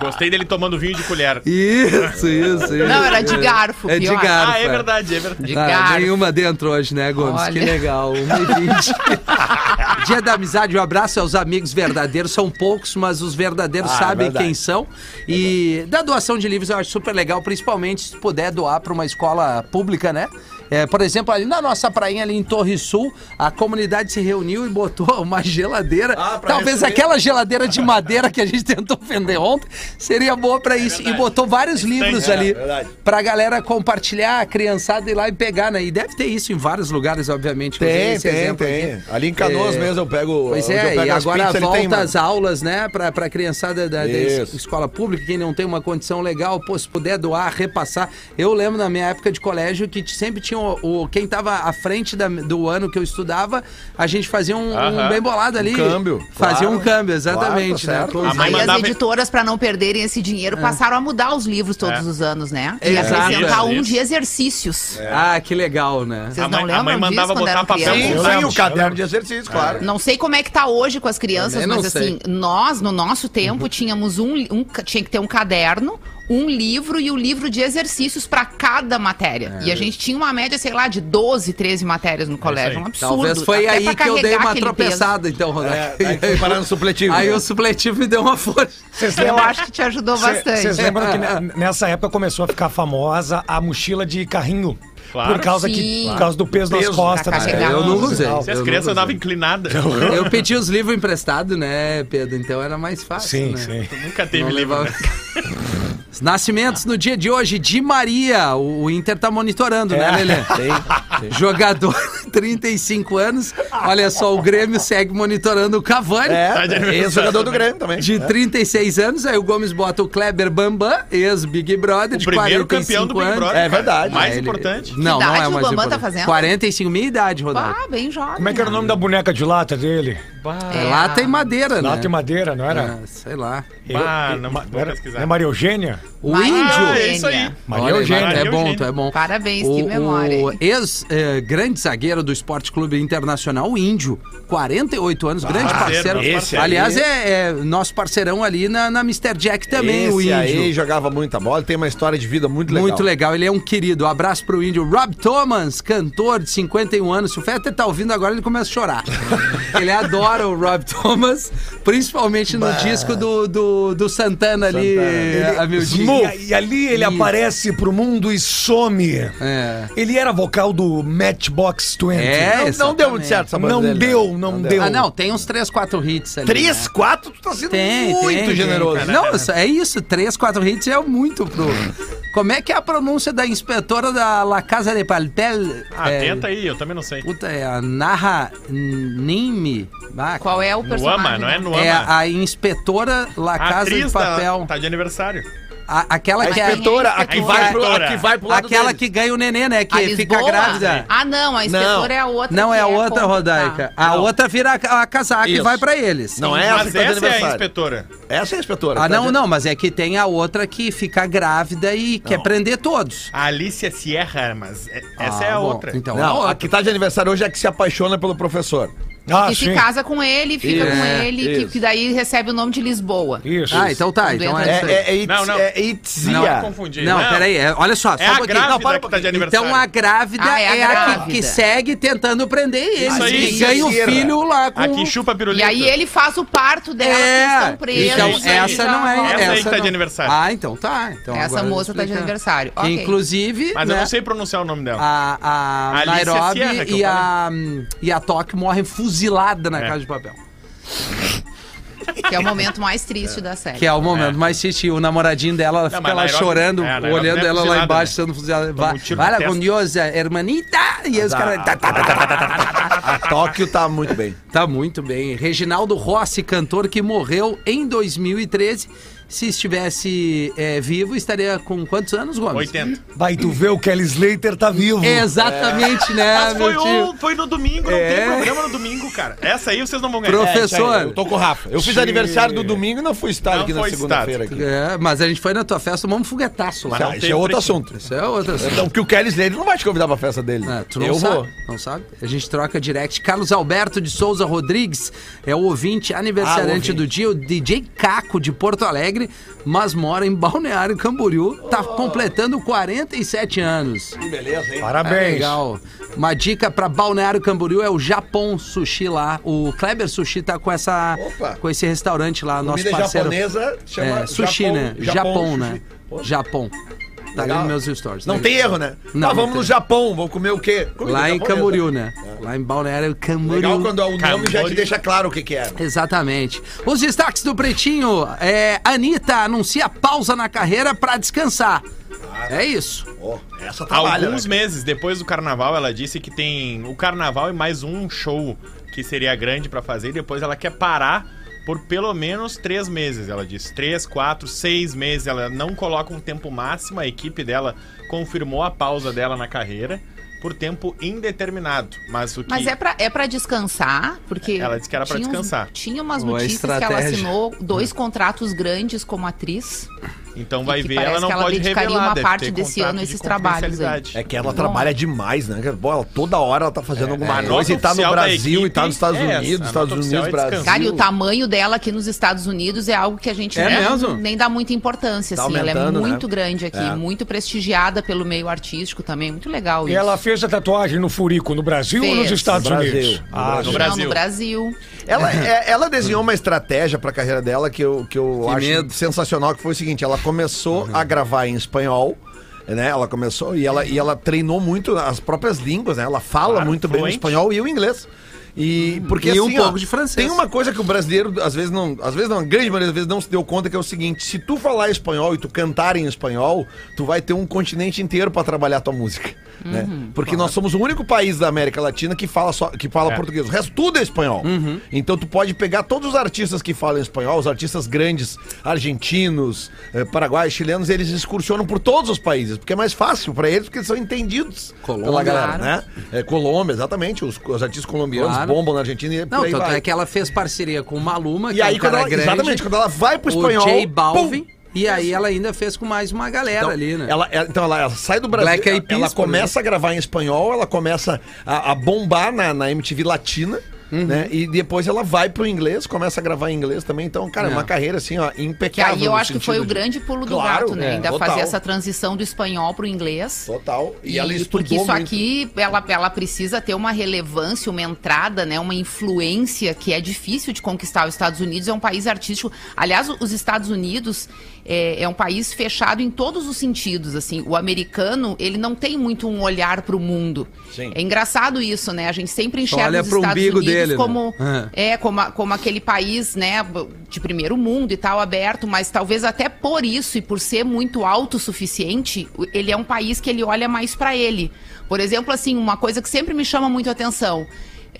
S4: Gostei dele tomando vinho de colher.
S2: Isso, isso, isso.
S6: Não, era de garfo,
S2: É de
S6: pior.
S2: garfo.
S4: Ah, é
S2: é.
S4: verdade, é verdade.
S6: De
S2: Ah,
S6: garfo.
S2: nenhuma dentro hoje, né, Gomes?
S6: Olha.
S2: Que legal. 1h20. Dia da amizade, um abraço aos amigos verdadeiros. São poucos, mas os verdadeiros
S5: é
S7: Ah,
S2: sabem
S7: verdade.
S2: quem são. E da doação de livros eu acho super legal, principalmente se puder doar para uma escola pública, né? É, por exemplo, ali na nossa prainha, ali em Torre Sul, a comunidade se reuniu e botou uma geladeira.
S5: Ah, pra
S2: Talvez
S5: receber.
S2: aquela geladeira de madeira que a gente tentou vender ontem seria boa para isso. e botou vários livros
S5: é,
S2: ali
S5: verdade.
S2: pra galera compartilhar, a criançada ir lá e pegar, né? E deve ter isso em vários lugares, obviamente. Usei
S5: Tem,
S2: esse
S5: tem,
S2: exemplo
S5: tem.
S2: aqui.
S5: Ali em Canoas
S2: É.
S5: mesmo eu pego.
S2: Pois
S5: onde eu
S2: é,
S5: pego
S2: e
S5: as
S2: agora
S5: pizzas, ele tem,
S2: volta
S5: mano.
S2: às aulas, né? Pra, pra criançada da, da es-
S5: Isso.
S2: escola pública, quem não tem uma condição legal, pô, se puder doar, repassar. Eu lembro na minha época de colégio que t- sempre tinha o, o- quem tava à frente da- do ano que eu estudava, a gente fazia um, um
S4: Aham.
S2: bem bolado ali.
S5: câmbio,
S2: Fazia
S5: claro.
S2: um câmbio, exatamente,
S5: Claro, tá
S2: né?
S5: certo.
S2: Com os
S4: A mãe
S6: Aí
S4: mandava-
S6: as editoras, pra não perderem esse dinheiro, passaram a mudar os livros todos
S4: É.
S6: os anos, né? E
S2: Exato.
S6: acrescentar um
S4: Isso.
S6: de exercícios.
S5: É.
S2: Ah, que legal, né?
S6: Vocês
S4: A
S6: não
S4: mãe- a
S6: lembram
S4: mãe mandava
S6: disso quando
S4: botar
S6: eram
S4: papel
S6: crianças?
S5: Sim,
S4: Eu
S5: sim,
S4: lembro,
S5: o caderno de exercício, claro.
S6: Não sei como um é que tá hoje com as crianças,
S2: Também não Uhum.
S6: mas assim, nós, no nosso tempo, tínhamos um, li- um ca- Tinha que ter um caderno, um livro e o livro de exercícios para cada matéria.
S2: É.
S6: E a gente tinha uma média, sei lá, de 12, 13 matérias no colégio. Um absurdo.
S2: Talvez foi
S6: Até
S2: aí
S6: pra
S2: que eu dei
S6: carregar
S2: uma
S6: aquele
S2: tropeçada, então, Rodaica.
S5: É, aí foi parar no supletivo.
S2: Aí o supletivo me deu uma força.
S7: Vocês
S6: peso. Eu acho que te ajudou bastante.
S7: Vocês lembram que ne- nessa época começou a ficar famosa a mochila de carrinho?
S4: Claro.
S7: Por, causa
S6: Sim.
S7: que, por causa do peso nas
S5: Peso.
S7: costas. né?
S6: Pra
S7: dos
S6: carregar.
S7: crianças
S2: Eu nunca
S7: e
S2: usei.
S7: tal.
S4: Se as
S2: Eu
S4: crianças
S2: não-
S4: andavam inclinadas,
S2: Eu pedi os livros emprestados, né, Pedro? Então era mais fácil.
S7: Sim,
S2: né?
S7: sim.
S4: nunca
S2: Não
S4: teve livro.
S2: levava-
S4: né?
S2: Os Nascimentos no dia de hoje, de Maria. O o Inter tá monitorando, né, Lelê? Jogador, 35 anos. Olha só, o Grêmio segue monitorando o Cavani.
S4: Tá de
S5: É,
S4: aniversário
S5: ex-jogador do
S4: também.
S5: Grêmio também.
S2: De 36 anos, aí o Gomes bota o Kleber Bambam, ex-Big Brother,
S4: O
S2: de 45
S4: primeiro campeão do Big
S2: anos.
S4: Brother.
S5: É verdade.
S4: O mais
S2: É, ele-
S4: importante.
S2: Não,
S6: Que
S2: não é
S6: idade
S2: o mais
S6: o Bambam tá
S2: importante.
S6: fazendo?
S2: 45, minha idade, Rodaico.
S6: Ah, bem jovem.
S7: Como é que era o nome da boneca de lata dele?
S2: É lata e madeira,
S7: Lata
S2: né?
S7: e madeira, não era?
S2: Ah, sei lá.
S4: Ah, não,
S7: Ma-
S4: vou
S7: era-
S4: pesquisar.
S7: não é Maria Eugênia?
S2: O
S6: Vai,
S2: índio.
S4: Ah, é isso aí.
S7: Maria
S2: Olha,
S7: Eugênia.
S2: Marta, É
S4: Maria
S2: bom,
S4: Eugênia.
S2: tu é bom.
S6: Parabéns, que
S2: O-
S6: memória,
S2: O
S6: hein?
S2: ex-grande zagueiro do Esporte Clube Internacional, o Índio, 48 anos, grande
S4: parceiro,
S2: parceiro.
S4: nosso
S5: Ah, Esse aí.
S2: Aliás, é, é nosso parceirão ali na, na Mr. Jack também,
S5: Esse
S2: o Índio.
S5: aí jogava muita bola, tem uma história de vida muito legal.
S2: Muito legal, ele é um querido. Um abraço pro índio Rob Thomas, cantor de 51 anos. Se o Fetter tá ouvindo agora, ele começa a chorar. ele adora o Rob Thomas, principalmente no disco do, do, do Santana ali, a meu
S7: E, e ali ele
S2: Isso.
S7: aparece pro mundo e some.
S2: É.
S7: Ele era vocal do Matchbox 20 doente.
S2: É,
S5: Não, não deu muito certo essa banda
S7: Não
S5: dele, né?
S7: deu, não deu.
S2: Ah, não, tem uns 3, 4 hits ali.
S5: Três,
S2: né?
S5: quatro, tu tá sendo
S2: Tem,
S5: muito
S2: tem, tem.
S5: generoso.
S2: Não, isso- é isso, 3, 4 hits é muito pro. Como é que é a pronúncia da inspetora da La Casa de Papel?
S4: Ah,
S2: é,
S4: tenta aí, eu também não sei.
S2: Puta, é a Narra Nime. Ah,
S6: Qual é o personagem?
S4: Nuama, não é Nuama.
S2: É a inspetora La Casa de
S4: atriz da-
S2: Papel.
S4: Tá de aniversário.
S2: A- aquela
S5: A
S2: que é.
S5: inspetora, a que vai pro, a
S4: inspetora.
S5: que vai pro lado
S2: Aquela
S5: dele.
S2: que ganha o nenê, né? Que
S6: A Lisboa?
S2: fica grávida.
S6: Ah, não, a inspetora é a outra.
S2: Não,
S6: que
S2: é Ah, a outra,
S6: contra-
S2: Rodaica.
S6: tá.
S2: A outra vira a a casaca e
S5: Isso.
S2: vai pra eles.
S5: Não é essa
S4: Mas
S5: que tá de
S4: essa é a
S5: aniversário.
S4: inspetora.
S5: Essa é a inspetora.
S2: Ah,
S5: que tá
S2: não,
S5: de-
S2: não, mas é que tem a outra que fica grávida e quer prender todos.
S4: A Alicia Sierra, mas é- essa
S2: Ah,
S4: é a
S2: bom,
S4: outra.
S2: Então,
S5: Não,
S2: a outra.
S5: a que tá de aniversário hoje é a que se apaixona pelo professor.
S7: Ah,
S6: que se
S7: sim.
S6: casa com ele, fica
S2: Isso.
S6: com
S2: É,
S6: ele, que-
S5: isso.
S6: que daí recebe o nome de Lisboa.
S7: Isso.
S2: Ah, então tá. Então
S6: Não
S2: é,
S5: É,
S2: isso aí.
S5: é, é, Itz-
S4: Não, não.
S5: é Itzia.
S4: Não, eu confundi.
S2: Não, peraí, é- olha só. só
S4: É a
S2: pouquinho.
S4: grávida
S2: Não, para um
S4: que tá de
S2: pouquinho.
S4: aniversário.
S2: Então a grávida
S6: Ah,
S2: é
S6: é
S2: a,
S6: a
S2: que,
S6: grávida.
S2: que segue tentando prender eles.
S4: Isso aí.
S2: e ganha o
S5: Sierra.
S2: filho lá com...
S4: A que chupa
S6: E
S4: pirulito.
S6: aí ele faz o parto dela,
S2: É,
S6: que estão presos.
S2: então
S6: aí
S2: essa
S6: já
S2: não é.
S6: rola.
S4: Essa aí que tá
S2: não.
S4: de aniversário.
S2: Ah, então tá. Então
S6: Essa
S2: agora eu vou
S6: moça tá de
S2: explicar.
S6: aniversário, ok.
S2: Inclusive,
S4: Mas eu
S2: né,
S4: não sei pronunciar o nome dela.
S2: a, a
S4: A Alicia
S2: Nairobi
S4: Sierra, que eu
S2: e, a, hum, e a Tóquio morrem fuzilada na
S4: É.
S2: Casa de Papel.
S6: Que é o momento mais triste da série.
S2: Que é o momento mais triste. O namoradinho dela ela fica
S4: mas
S2: lá
S4: Nairobi-
S2: chorando,
S4: é, Nairobi
S2: olhando
S4: não é
S2: ela lá
S4: fuzilada,
S2: embaixo
S4: né?
S2: sendo fuzilada. Vai,
S4: um tiro
S2: vai
S4: na
S2: lá,
S4: testa.
S2: Goniosa, hermanita! E aí os caras. Tá, tá, tá, tá, tá, tá, tá, tá.
S5: A Tóquio tá muito bem.
S2: Tá muito bem. Reginaldo Rossi, cantor que morreu em 2013. Se estivesse é, vivo, estaria com quantos anos, Gomes?
S4: 80.
S7: Vai tu ver o Kelly Slater tá vivo.
S2: Exatamente, né,
S4: É. Mas foi,
S2: meu tio?
S4: o, foi no domingo, não
S2: É.
S4: tem programa no domingo, cara. Essa aí vocês não vão ganhar.
S2: Professor.
S5: Eu tô com o Rafa. Eu fiz aniversário do domingo e não fui estar
S4: Não
S5: aqui na
S4: foi
S5: segunda-feira.
S4: um.
S5: aqui.
S2: É, mas a gente foi na tua festa, tomamos um foguetaço lá.
S4: Mas não
S5: Ah, isso
S4: tem
S5: é outro
S4: pretinho.
S5: assunto.
S2: Isso é outra.
S5: Então, que o Kelly Slater não vai te convidar pra festa dele.
S2: É, tu não
S5: eu
S2: sabe,
S5: vou.
S2: não sabe? A gente troca direct. Carlos Alberto de Souza Rodrigues é o ouvinte aniversariante
S5: Ah, ouvinte.
S2: do dia, o DJ Caco de Porto Alegre, mas mora em Balneário Camboriú, tá
S5: Oh.
S2: completando 47 anos. É
S5: Beleza, hein?
S7: Parabéns.
S2: Legal. Uma dica pra Balneário Camboriú é o Japão Sushi lá. O Kleber Sushi tá com essa
S5: Opa.
S2: com esse restaurante lá,
S5: Comida
S2: nosso parceiro.
S5: japonesa chama
S2: é, sushi,
S5: Japão-
S2: né? Japão,
S5: Japão sushi.
S2: né?
S5: Pô.
S2: Japão. Tá ali
S5: Legal.
S2: nos meus stories.
S5: Não
S2: Legal.
S5: tem erro, né?
S2: Não,
S5: ah,
S2: não
S5: vamos
S2: tem.
S5: no Japão, vou comer o quê? é Comida
S2: Lá em
S5: japonesa.
S2: Camboriú, né? Lá em Balneário Camboriú.
S5: Legal quando o nome já te
S4: Camboriú.
S5: deixa claro o que, que é.
S2: Exatamente. Os destaques do Pretinho. É, Anitta anuncia pausa na carreira pra descansar. É isso.
S5: Ó, essa trabalha.
S4: Alguns
S5: né?
S4: meses depois do carnaval, ela disse que tem o carnaval e mais um show que seria grande pra fazer. E depois ela quer parar por pelo menos três meses, ela disse. Três, quatro, seis meses. Ela não coloca um tempo máximo. A equipe dela confirmou a pausa dela na carreira por tempo indeterminado. Mas o que.
S6: Mas é pra, é pra descansar, porque.
S4: É, Ela disse que era pra
S6: tinha uns-
S4: descansar.
S6: Tinha umas
S2: Boa
S6: notícias que ela
S2: estratégia.
S6: assinou dois contratos grandes como atriz.
S4: Então
S6: E
S4: vai
S6: que
S4: ver,
S6: parece
S4: ela não
S6: que ela
S4: pode
S6: dedicaria
S4: revelar.
S6: uma
S4: deve
S6: parte
S4: ter
S6: desse
S4: contrato
S6: ano a
S4: de
S6: esses trabalhos aí.
S4: confidencialidade.
S5: É que ela
S6: Bom.
S5: trabalha demais, né? cara? Bom, ela toda hora ela tá fazendo alguma
S4: é,
S5: coisa
S4: a
S5: e tá no
S4: nota oficial
S5: Brasil
S4: da
S5: e tá nos Estados
S4: equipe é essa,
S5: Unidos,
S4: a
S5: Estados
S4: nota
S5: Unidos,
S4: oficial é
S5: Brasil.
S4: descansar.
S6: Cara, e o tamanho dela aqui nos Estados Unidos é algo que a gente
S2: É
S6: nem,
S2: mesmo?
S6: nem dá muita importância,
S5: Tá
S6: assim. Ela é
S5: aumentando, né?
S6: muito grande aqui,
S5: É.
S6: muito prestigiada pelo meio artístico também. Muito legal
S7: E
S6: isso.
S7: ela fez a tatuagem no Furico, no Brasil ou nos
S6: Fez.
S7: Estados
S5: No Brasil.
S7: Unidos?
S5: No
S7: Ah,
S4: Brasil.
S6: Não,
S4: Brasil.
S6: no Brasil.
S5: Ela, é- ela desenhou uma estratégia pra carreira dela que eu, que eu
S2: Que
S5: acho
S2: medo. Uhum.
S5: sensacional, que foi o seguinte, ela começou a gravar em espanhol, né? Ela começou e ela, e ela treinou muito as próprias línguas, né? Ela fala
S4: Claro,
S5: muito bem o
S4: fluente.
S5: espanhol e o inglês. E porque
S2: E um
S5: assim,
S2: pouco de francês.
S5: Tem uma coisa que o brasileiro às vezes não, às vezes não, a grande maioria das vezes não se deu conta que é o seguinte, se tu falar espanhol e tu cantar em espanhol, tu vai ter um continente inteiro pra trabalhar tua música, né?
S2: Uhum.
S5: Porque nós somos o único país da América Latina que fala só que fala
S4: É.
S5: português. O resto tudo é espanhol.
S2: Uhum.
S5: Então tu pode pegar todos os artistas que falam espanhol, os artistas grandes, argentinos, eh, paraguaios, chilenos, eles excursionam por todos os países, porque é mais fácil pra eles, porque eles são entendidos pela
S2: Colômbia.
S5: galera, né? É, Colômbia, exatamente. Os, os artistas colombianos
S2: Claro.
S5: bombam na Argentina e por
S2: Não,
S5: aí
S2: tanto
S5: vai.
S2: é que ela fez parceria com o Maluma,
S5: E
S2: que é
S5: aí,
S2: um
S5: quando
S2: cara
S5: ela,
S2: grande.
S5: exatamente, quando ela vai pro espanhol.
S2: o J Balvin.
S5: pum!
S2: E aí ela ainda fez com mais uma galera
S5: Então,
S2: ali, né?
S5: ela, ela- então ela, ela sai do Brasil,
S2: Black Eyed
S5: ela
S2: Peas, por
S5: começa a gravar em espanhol, ela começa a, a bombar na, na MTV Latina.
S2: Uhum.
S5: né? E depois ela vai pro inglês, começa a gravar em inglês também. Então, cara, é uma carreira assim, ó,
S6: Que
S5: impecável.
S6: aí eu
S5: no
S6: acho que foi
S5: sentido
S6: o
S5: de-
S6: grande pulo do
S5: Claro,
S6: gato,
S5: é,
S6: né? Ainda
S5: total.
S6: fazer essa transição do espanhol pro inglês.
S5: Total. E, ela estudou
S6: porque isso
S5: muito.
S6: aqui ela, ela precisa ter uma relevância, uma entrada, né, uma influência que é difícil de conquistar. Os Estados Unidos é um país artístico. Aliás, o- os Estados Unidos é, é um país fechado em todos os sentidos. Assim, o americano ele não tem muito um olhar para o mundo.
S5: Sim.
S6: É engraçado isso, né? A gente sempre enxerga
S2: olha
S6: os
S2: pro
S6: Estados
S2: umbigo
S6: Unidos
S2: dele, né?
S6: como
S2: Ah.
S6: é, como, a- como aquele país, né, b- de primeiro mundo e tal, aberto, mas talvez até por isso e por ser muito autossuficiente, o- ele é um país que ele olha mais pra ele. Por exemplo, assim, uma coisa que sempre me chama muito a atenção.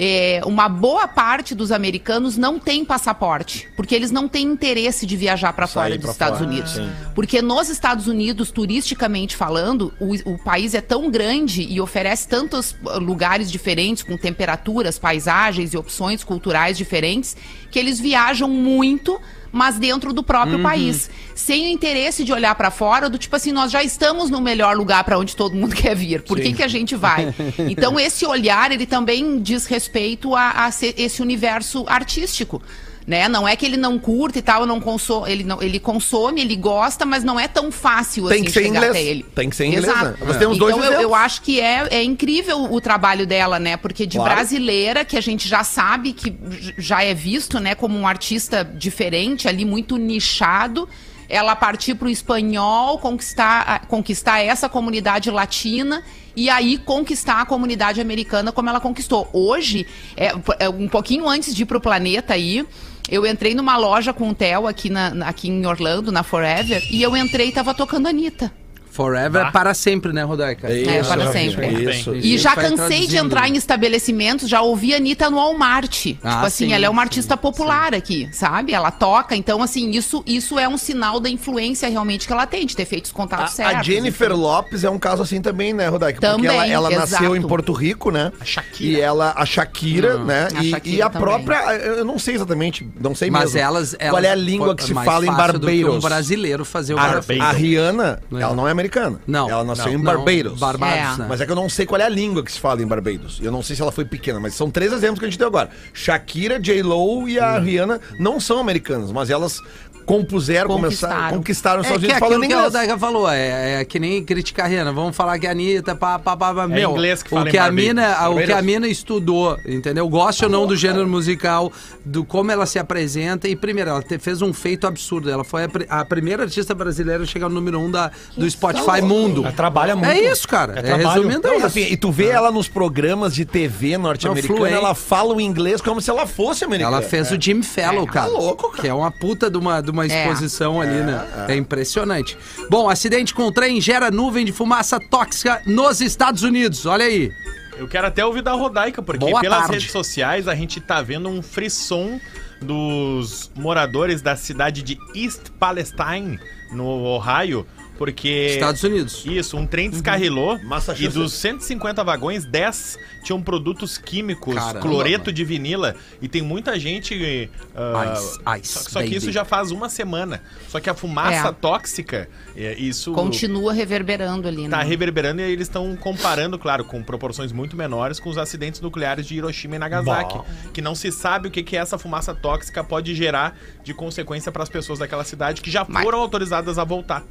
S6: é, uma boa parte dos americanos não tem passaporte, porque eles não têm interesse de viajar pra fora dos
S5: pra
S6: Estados
S5: fora,
S6: Unidos.
S5: sim.
S6: Porque nos Estados Unidos, turisticamente falando, o, o país é tão grande e oferece tantos ah, lugares diferentes, com temperaturas, paisagens e opções culturais diferentes, que eles viajam muito, mas dentro do próprio país. Sem o interesse de olhar pra fora, do tipo assim, nós já estamos no melhor lugar pra onde todo mundo quer vir. Por que, que a gente vai? Então, esse olhar, ele também diz respeito a, a se- esse universo artístico né? Não é que ele não curta e tal, não conso ele não, ele consome, ele gosta, mas não é tão fácil
S5: Tem
S6: assim
S5: que ser em
S6: chegar
S5: inglês.
S6: até ele.
S5: Tem que ser em inglês,
S6: Exato.
S5: né? Mas tem os
S6: então
S5: dois
S6: eu, eu
S5: exemplos.
S6: acho que é, é incrível o trabalho dela, né? Porque de
S5: Claro.
S6: brasileira, que a gente já sabe que j- já é visto, né, como um artista diferente, ali muito nichado, ela partir para o espanhol, conquistar, a- conquistar essa comunidade latina e aí conquistar a comunidade americana como ela conquistou. Hoje, é, é um pouquinho antes de ir pro planeta aí, eu entrei numa loja com o Theo aqui, na- na- aqui em Orlando, na Forever, e eu entrei e tava tocando a Anitta.
S2: Forever
S4: Tá.
S2: é para sempre, né, Rodaica?
S6: É, para
S5: Rafinha,
S6: sempre.
S5: Isso.
S2: Isso.
S6: E já
S2: vai
S6: cansei de
S2: traduzindo,
S6: entrar
S2: né?
S6: em estabelecimentos, já ouvi a Anitta no Walmart.
S2: Ah,
S6: tipo assim,
S2: sim,
S6: ela é uma
S2: sim,
S6: artista popular aqui, sabe? Ela toca, então assim, isso, isso é um sinal da influência realmente que ela tem, de ter feito os
S5: A,
S6: contatos certos.
S5: a Jennifer Lopes é um caso assim também, né, Rodaica?
S6: Também,
S5: Porque ela, ela nasceu
S6: exato.
S5: em Porto Rico, né? A Shakira. E ela, a Shakira,
S2: Hum,
S5: né?
S6: a
S5: e,
S6: Shakira
S5: e a
S6: também.
S5: própria, eu não sei exatamente, não sei
S2: Mas
S5: mesmo.
S2: elas, elas.
S5: Qual é a língua que se
S2: mais
S5: fala em
S2: fácil do que
S5: Barbados?
S2: Um brasileiro fazer o
S4: Barbados.
S2: barbeiro.
S5: A Rihanna,
S2: Não.
S5: ela não é americana.
S2: Não.
S5: Ela nasceu
S2: não,
S5: em
S2: não,
S5: Barbados.
S2: Barbados,
S6: É.
S2: né?
S5: Mas é que eu não sei qual é a língua que se fala em Barbados. Eu não sei se ela foi pequena, mas são três exemplos que a gente deu agora. Shakira, J-Lo e
S2: Hum.
S5: a Rihanna não são americanas, mas elas compuseram,
S6: Conquistaram.
S5: começaram, conquistaram os
S2: É que
S5: Estados
S2: é
S5: Unidos
S2: aquilo
S5: falando
S2: que a
S5: inglês.
S2: Rodaica falou, é, é que nem criticar a Rihanna. Vamos falar que a Anitta, pá, pá, pá, pá. Meu,
S4: inglês que
S2: o
S4: fala em
S2: que a
S4: Barbados.
S2: mina, O que a mina estudou, entendeu? Goste ou não do gênero musical, do como ela se apresenta. E primeiro, ela te- fez um feito absurdo. Ela foi a, pri- a primeira artista brasileira a chegar no número um da, do Spotify mundo.
S7: Ela trabalha muito.
S2: É isso, cara.
S7: É
S2: É,
S7: trabalho.
S2: resumindo é
S5: Não,
S2: isso.
S5: Rafinha, e tu vê ela nos programas de TV
S2: Não,
S5: norte-americana,
S2: fluente.
S5: ela fala o inglês como se ela fosse americana.
S2: Ela fez o Jim Fellow, cara.
S5: louco, cara.
S2: Que é uma puta de uma, de uma
S6: É.
S2: exposição ali, né? É. impressionante. Bom, acidente com trem gera nuvem de fumaça tóxica nos Estados Unidos. Olha aí.
S4: Eu quero até ouvir da Rodaica, porque
S2: Boa
S4: pelas
S2: tarde.
S4: redes sociais a gente tá vendo um frisson dos moradores da cidade de East Palestine, no Ohio, porque...
S2: Estados Uhum. Unidos.
S4: Isso, um trem descarrilou e
S5: Massachusetts.
S4: dos 150 vagões, 10 tinham produtos químicos,
S2: Caramba,
S4: cloreto
S2: mano.
S4: de vinila, e tem muita gente. ah,
S2: Ice, ice,
S4: só, só que
S2: baby.
S4: isso já faz uma semana. Só que a fumaça
S6: É.
S4: tóxica, é, isso
S6: Continua reverberando ali, né?
S2: Uhum.
S4: tá reverberando e aí eles estão comparando, claro, com proporções muito menores com os acidentes nucleares de Hiroshima e Nagasaki, que não se sabe o que que essa fumaça tóxica pode gerar de consequência para as pessoas daquela cidade que já
S6: Mas-
S4: foram autorizadas a voltar.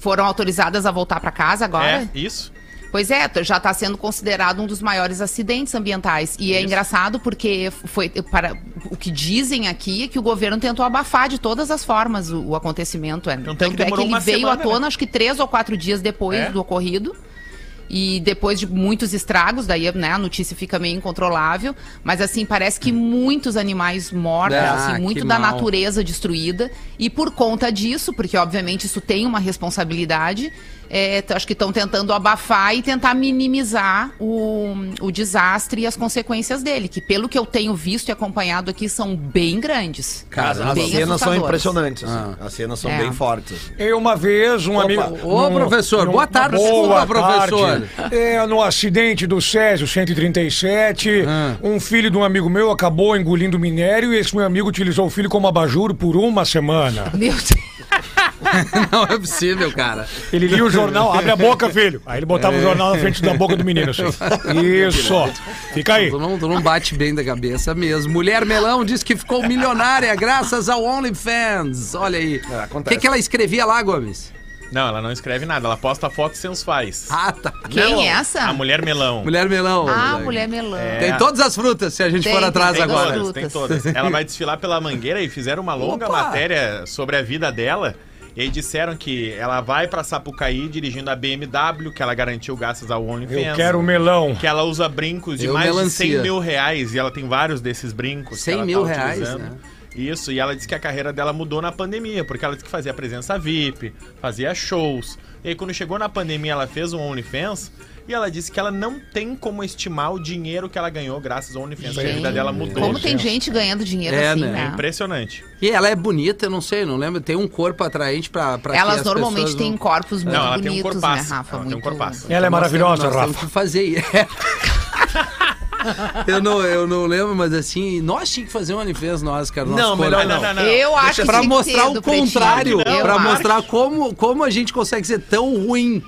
S6: Foram autorizadas a voltar pra casa agora? né?
S4: É, isso.
S6: Pois é, já está sendo considerado um dos maiores acidentes ambientais. E é engraçado porque foi para o que dizem aqui é que o governo tentou abafar de todas as formas o, o acontecimento. É.
S4: Tanto é que
S6: Tanto é que
S4: demorou
S6: ele
S4: uma
S6: veio à
S4: semana,
S6: tona,
S4: né?
S6: acho que três ou quatro dias depois
S4: É.
S6: do ocorrido. E depois de muitos estragos, daí né, a notícia fica meio incontrolável. Mas assim, parece que muitos animais mortos,
S2: Ah,
S6: assim,
S2: que
S6: muito da
S2: mal.
S6: natureza natureza destruída. E por conta disso, porque obviamente isso tem uma responsabilidade, é, t- acho que estão tentando abafar e tentar minimizar o, o desastre e as consequências dele, que pelo que eu tenho visto e acompanhado aqui, são bem grandes.
S5: Cara, as
S6: Bem
S5: cenas são
S6: assustadoras.
S5: impressionantes. assim. As cenas são
S6: É.
S5: bem fortes. assim.
S7: Eu uma vez, um amigo.
S2: Ô, professor, boa tarde, desculpa, professor.
S7: tarde. É, no acidente do Césio 137,
S2: Ah.
S7: um filho de um amigo meu acabou engolindo minério e esse meu amigo utilizou o filho como abajur por uma semana.
S6: Meu Deus.
S2: Não é possível, cara.
S7: Ele lia o jornal, abre a boca, filho. Aí ele botava o jornal na frente da boca do menino, assim. Isso. Fica aí.
S2: Tu não, tu não bate bem da cabeça mesmo. Mulher Melão diz que ficou milionária graças ao OnlyFans. Olha aí. O
S5: acontece.
S2: que, que ela escrevia lá, Gomes?
S4: Não, ela não escreve nada, ela posta fotos sensuais.
S2: Ah, tá.
S6: Quem é essa?
S4: A mulher melão.
S2: Mulher Melão.
S6: Ah,
S2: moleque.
S6: mulher melão.
S2: Tem todas as frutas, se a gente
S6: Tem,
S2: for
S6: tem
S2: atrás
S4: Tem
S6: todas
S2: agora.
S6: as
S4: todas, tem
S6: frutas.
S4: todas. Ela vai desfilar pela Mangueira e fizeram uma longa
S2: Opa!
S4: matéria sobre a vida dela. E disseram que ela vai pra Sapucaí dirigindo a BMW, que ela garantiu graças ao OnlyFans.
S7: Eu quero o melão.
S4: Que ela usa brincos de
S2: Eu
S4: mais
S2: melancia.
S4: de 100 mil reais. E ela tem vários desses brincos. que
S2: 100
S4: ela tá
S2: mil reais,
S4: utilizando.
S2: né?
S4: Isso, e ela disse que a carreira dela mudou na pandemia, porque ela disse que fazia presença VIP, fazia shows. E aí, quando chegou na pandemia, ela fez um OnlyFans e ela disse que ela não tem como estimar o dinheiro que ela ganhou graças ao OnlyFans. a vida
S6: Gente,
S4: dela mudou.
S6: Como tem gente ganhando dinheiro
S2: É,
S6: assim,
S2: né?
S6: né?
S4: Impressionante.
S2: E ela é bonita, eu não sei, não lembro. Tem um corpo atraente pra, pra que
S6: Elas
S2: as
S6: normalmente
S2: pessoas
S6: têm
S2: não-
S6: corpos muito
S4: Não, ela tem um
S6: bonitos, né,
S4: corpaço.
S6: Rafa?
S4: Ela tem um
S6: muito...
S4: corpaço.
S7: Ela é
S2: Nós
S7: maravilhosa,
S2: temos- nós
S7: Rafa.
S2: temos que fazer isso. eu, não, eu não lembro, mas assim, nós tínhamos que fazer um OnlyFans nós, cara. nosso
S5: Não,
S2: corpo.
S5: melhor não.
S6: Eu acho que
S2: Pra
S6: tem que
S2: mostrar
S6: ter
S2: o
S6: do pretinho.
S2: contrário,
S6: Eu
S2: pra
S6: acho.
S2: mostrar como, como a gente consegue ser tão ruim,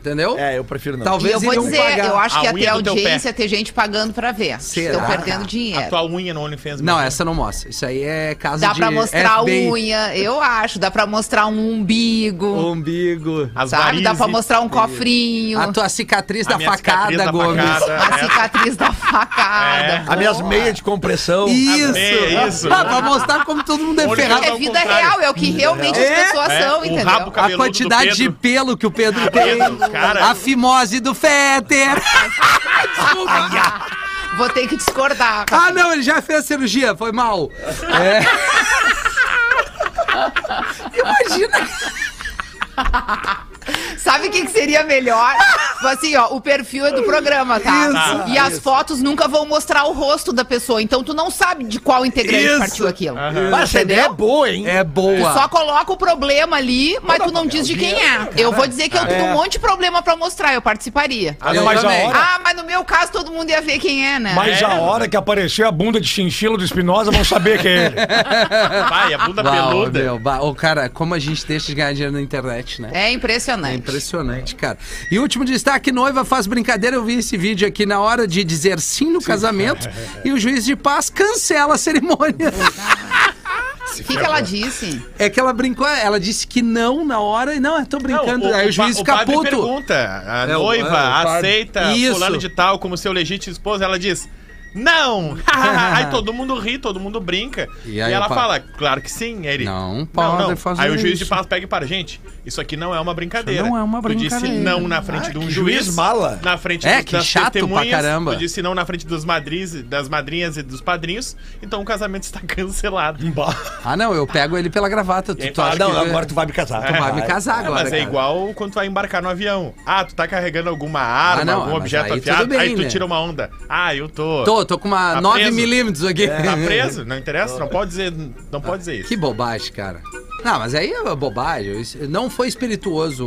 S2: entendeu?
S5: É, eu prefiro não.
S6: E
S2: Então, Talvez
S6: eu vou
S2: iriam
S6: dizer,
S2: pagar.
S6: eu acho
S4: a
S6: que ia
S4: unha
S6: ter
S4: do teu pé.
S6: audiência, ter gente pagando pra ver.
S2: Será,
S6: Estão
S2: cara?
S6: perdendo
S4: A
S6: dinheiro.
S4: tua unha no OnlyFans.
S2: Não,
S4: mesmo.
S2: essa não mostra. Isso aí é caso
S6: Dá
S2: de
S6: pra mostrar
S2: FBI,
S6: a unha, eu acho. Dá pra mostrar um umbigo,
S2: umbigo.
S4: As
S6: sabe? Dá pra
S4: varizes.
S6: mostrar um cofrinho,
S2: A tua cicatriz
S4: A
S2: da
S4: minha
S2: facada,
S4: cicatriz da
S2: Gomes.
S4: facada.
S6: a cicatriz da
S4: É.
S6: facada.
S5: As minhas meias de compressão.
S2: Isso!
S4: É isso.
S2: Ah, pra mostrar como todo mundo é
S4: Olha,
S2: ferrado.
S4: é
S6: É
S4: ao
S6: vida
S4: contrário.
S6: real, é o que realmente
S2: É,
S6: as pessoas
S4: é,
S6: são,
S4: o
S6: entendeu?
S4: rabo
S2: A
S4: cabeludo do
S2: quantidade de
S4: Pedro.
S2: pelo que o Pedro tem.
S4: Pedro, cara.
S2: A fimose do Fetter. Desculpa.
S6: Vou ter que discordar.
S2: Ah, não, ele já fez a cirurgia, foi mal. É. Imagina.
S6: Sabe o que, que seria melhor? Tipo assim, ó, o perfil é do programa, tá? e as fotos nunca vão mostrar o rosto da pessoa, então tu não sabe de qual integrante
S2: Isso.
S6: partiu aquilo.
S5: Mas essa ideia é boa, hein?
S2: É
S6: Tu
S2: boa.
S6: só coloca o problema ali, mas tu não diz de quem é. Eu vou dizer que eu
S2: É.
S6: tenho um monte de problema pra mostrar, eu participaria.
S7: Ah,
S2: Eu
S7: mas a
S2: também.
S7: hora,
S6: Ah, mas no meu caso todo mundo ia ver quem é, né?
S7: mas a hora que aparecer a bunda de chinchila do Espinosa, vão saber que é ele.
S4: Vai, a bunda
S2: Uau,
S4: peluda.
S2: meu, ba- ô, cara, como a gente deixa de ganhar dinheiro na internet, né?
S6: É impressionante.
S2: Impressionante, cara. E último destaque: noiva faz brincadeira. Eu vi esse vídeo aqui na hora de dizer sim no casamento e o juiz de paz cancela a cerimônia.
S6: O que, que ela disse?
S2: É que ela brincou, ela disse que não na hora e não, eu tô
S4: Não,
S2: brincando. Aí o juiz
S4: pa-
S2: fica
S4: padre
S2: puto.
S4: pergunta, a
S2: É, o-
S4: noiva
S2: é, o padre.
S4: aceita
S2: Isso.
S4: fulano de tal como seu legítimo esposo, ela diz... Não! aí todo mundo ri, todo mundo brinca.
S2: E
S4: E,
S2: aí
S4: ela
S2: o pa-
S4: fala, claro que sim. Aí ele,
S2: Não podem fazer
S4: Aí o juiz de
S2: isso.
S4: paz pega e para, gente, isso aqui não é uma brincadeira.
S2: Isso não é uma
S4: Tu disse
S2: brincadeira.
S4: não na frente
S5: Ah,
S4: de um
S5: que
S4: juiz.
S5: juiz mala.
S4: Na frente
S2: É,
S4: dos-
S2: que chato pra caramba.
S4: Tu disse não na frente dos madriz, das madrinhas e dos padrinhos. Então o casamento está cancelado.
S2: Ah, não, eu pego ele pela gravata. Tu,
S4: E aí
S2: tu acha
S4: fala,
S2: que
S5: Ah, Não,
S2: eu-
S5: agora tu vai me casar.
S2: tu
S5: Ah,
S2: vai me casar
S4: É,
S2: agora.
S4: mas é
S2: cara.
S4: igual quando tu vai embarcar no avião. Ah, tu tá carregando alguma arma,
S2: Ah, não,
S4: algum
S2: mas
S4: objeto
S2: aí
S4: afiado,
S2: tudo bem,
S4: aí tu
S2: né?
S4: tira uma onda. Ah, eu tô.
S2: Tô, tô com uma
S4: Tá
S2: 9
S4: preso?
S2: milímetros aqui.
S4: Tá preso? Não interessa? Não pode dizer, não pode dizer isso.
S2: Que bobagem, cara. Não, mas aí é bobagem. Isso- Não foi espirituoso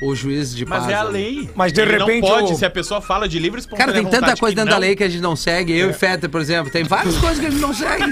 S2: o- o juiz de paz.
S4: Mas é a
S2: né?
S4: lei.
S7: Mas de
S4: Ele
S7: repente
S4: Não pode,
S7: o-
S4: se a pessoa fala de livre e
S2: Cara,
S4: espontânea
S2: tem tanta
S4: vontade
S2: coisa
S4: que
S2: dentro da
S4: não- É.
S2: leta que a gente não segue. Eu e Feta, por exemplo, tem várias coisas que a gente não segue.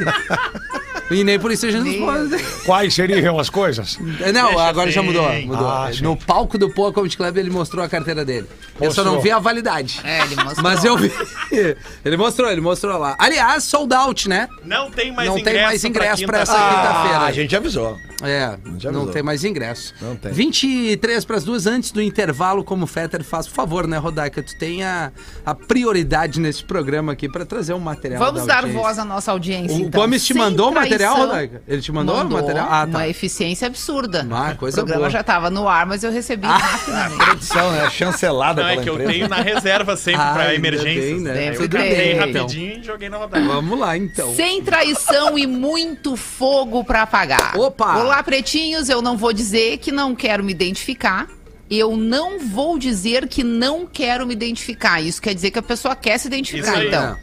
S2: E nem por isso a gente não pode.
S7: Quais seriam as coisas?
S2: Não,
S4: Deixa
S2: agora já
S4: assim.
S2: mudou. mudou.
S7: Ah,
S2: no palco do Poa Comedy Club ele mostrou a carteira dele. Eu só
S7: Mostrou.
S2: não vi a validade.
S6: É, ele mostrou.
S2: Mas eu vi. Ele mostrou, ele mostrou lá. Aliás, sold out, né?
S4: Não tem mais
S2: Não tem
S4: ingresso.
S2: mais ingresso pra essa
S4: quinta-feira.
S2: quinta-feira.
S5: Ah, a gente avisou.
S2: É,
S5: Já
S2: não
S5: avisou.
S2: tem mais ingresso.
S5: Não tem.
S2: 23 para as duas, antes do intervalo, como o Fetter faz. Por favor, né, Rodaica? Tu tem a, a prioridade nesse programa aqui para trazer um material.
S6: Vamos
S2: da
S6: dar
S2: audiência.
S6: voz à nossa audiência,
S2: O
S6: então.
S2: Gomes te
S6: Sem
S2: mandou o material,
S6: traição.
S2: Rodaica? Ele te mandou, o material? Ah, tá.
S6: Uma eficiência absurda.
S2: Ah, coisa
S6: o programa
S2: boa. Ah,
S6: já estava no ar, mas eu recebi rapidamente.
S5: Edição, né? Chancelada
S4: Não, é
S5: pela
S4: que eu
S5: empresa.
S4: tenho na reserva sempre
S2: Ah,
S4: pra
S2: ainda
S4: emergência.
S2: bem, né?
S4: Aí Eu
S6: Tudo
S4: catei
S6: bem.
S4: rapidinho e joguei na rodada.
S2: Vamos lá, então.
S6: Sem traição e muito fogo pra apagar.
S2: Opa!
S6: Olá, pretinhos. Eu não vou dizer que não quero me identificar. Eu não vou dizer que não quero me identificar. Isso quer dizer que a pessoa quer se identificar,
S4: Isso aí.
S6: então.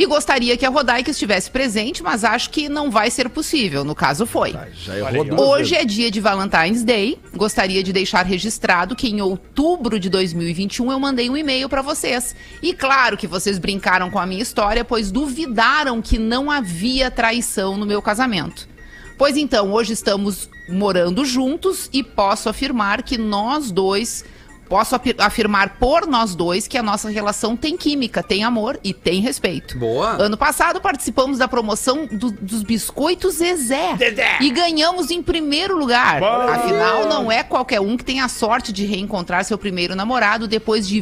S6: E gostaria que a Rodaica estivesse presente, mas acho que não vai ser possível. No caso, foi.
S2: Tá.
S5: Já errou duas
S6: Hoje
S5: vezes.
S6: é dia de Valentine's Day. Gostaria de deixar registrado que em outubro de 2021 eu mandei um e-mail pra vocês. E claro que vocês brincaram com a minha história, pois duvidaram que não havia traição no meu casamento. Pois então, hoje estamos morando juntos e posso afirmar que nós dois. Posso api- afirmar por nós dois que a nossa relação tem química, tem amor e tem respeito.
S2: Boa.
S6: Ano passado participamos da promoção do- dos biscoitos Zezé. E ganhamos em primeiro lugar.
S4: Boa.
S6: Afinal, não é qualquer um que tem a sorte de reencontrar seu primeiro namorado depois de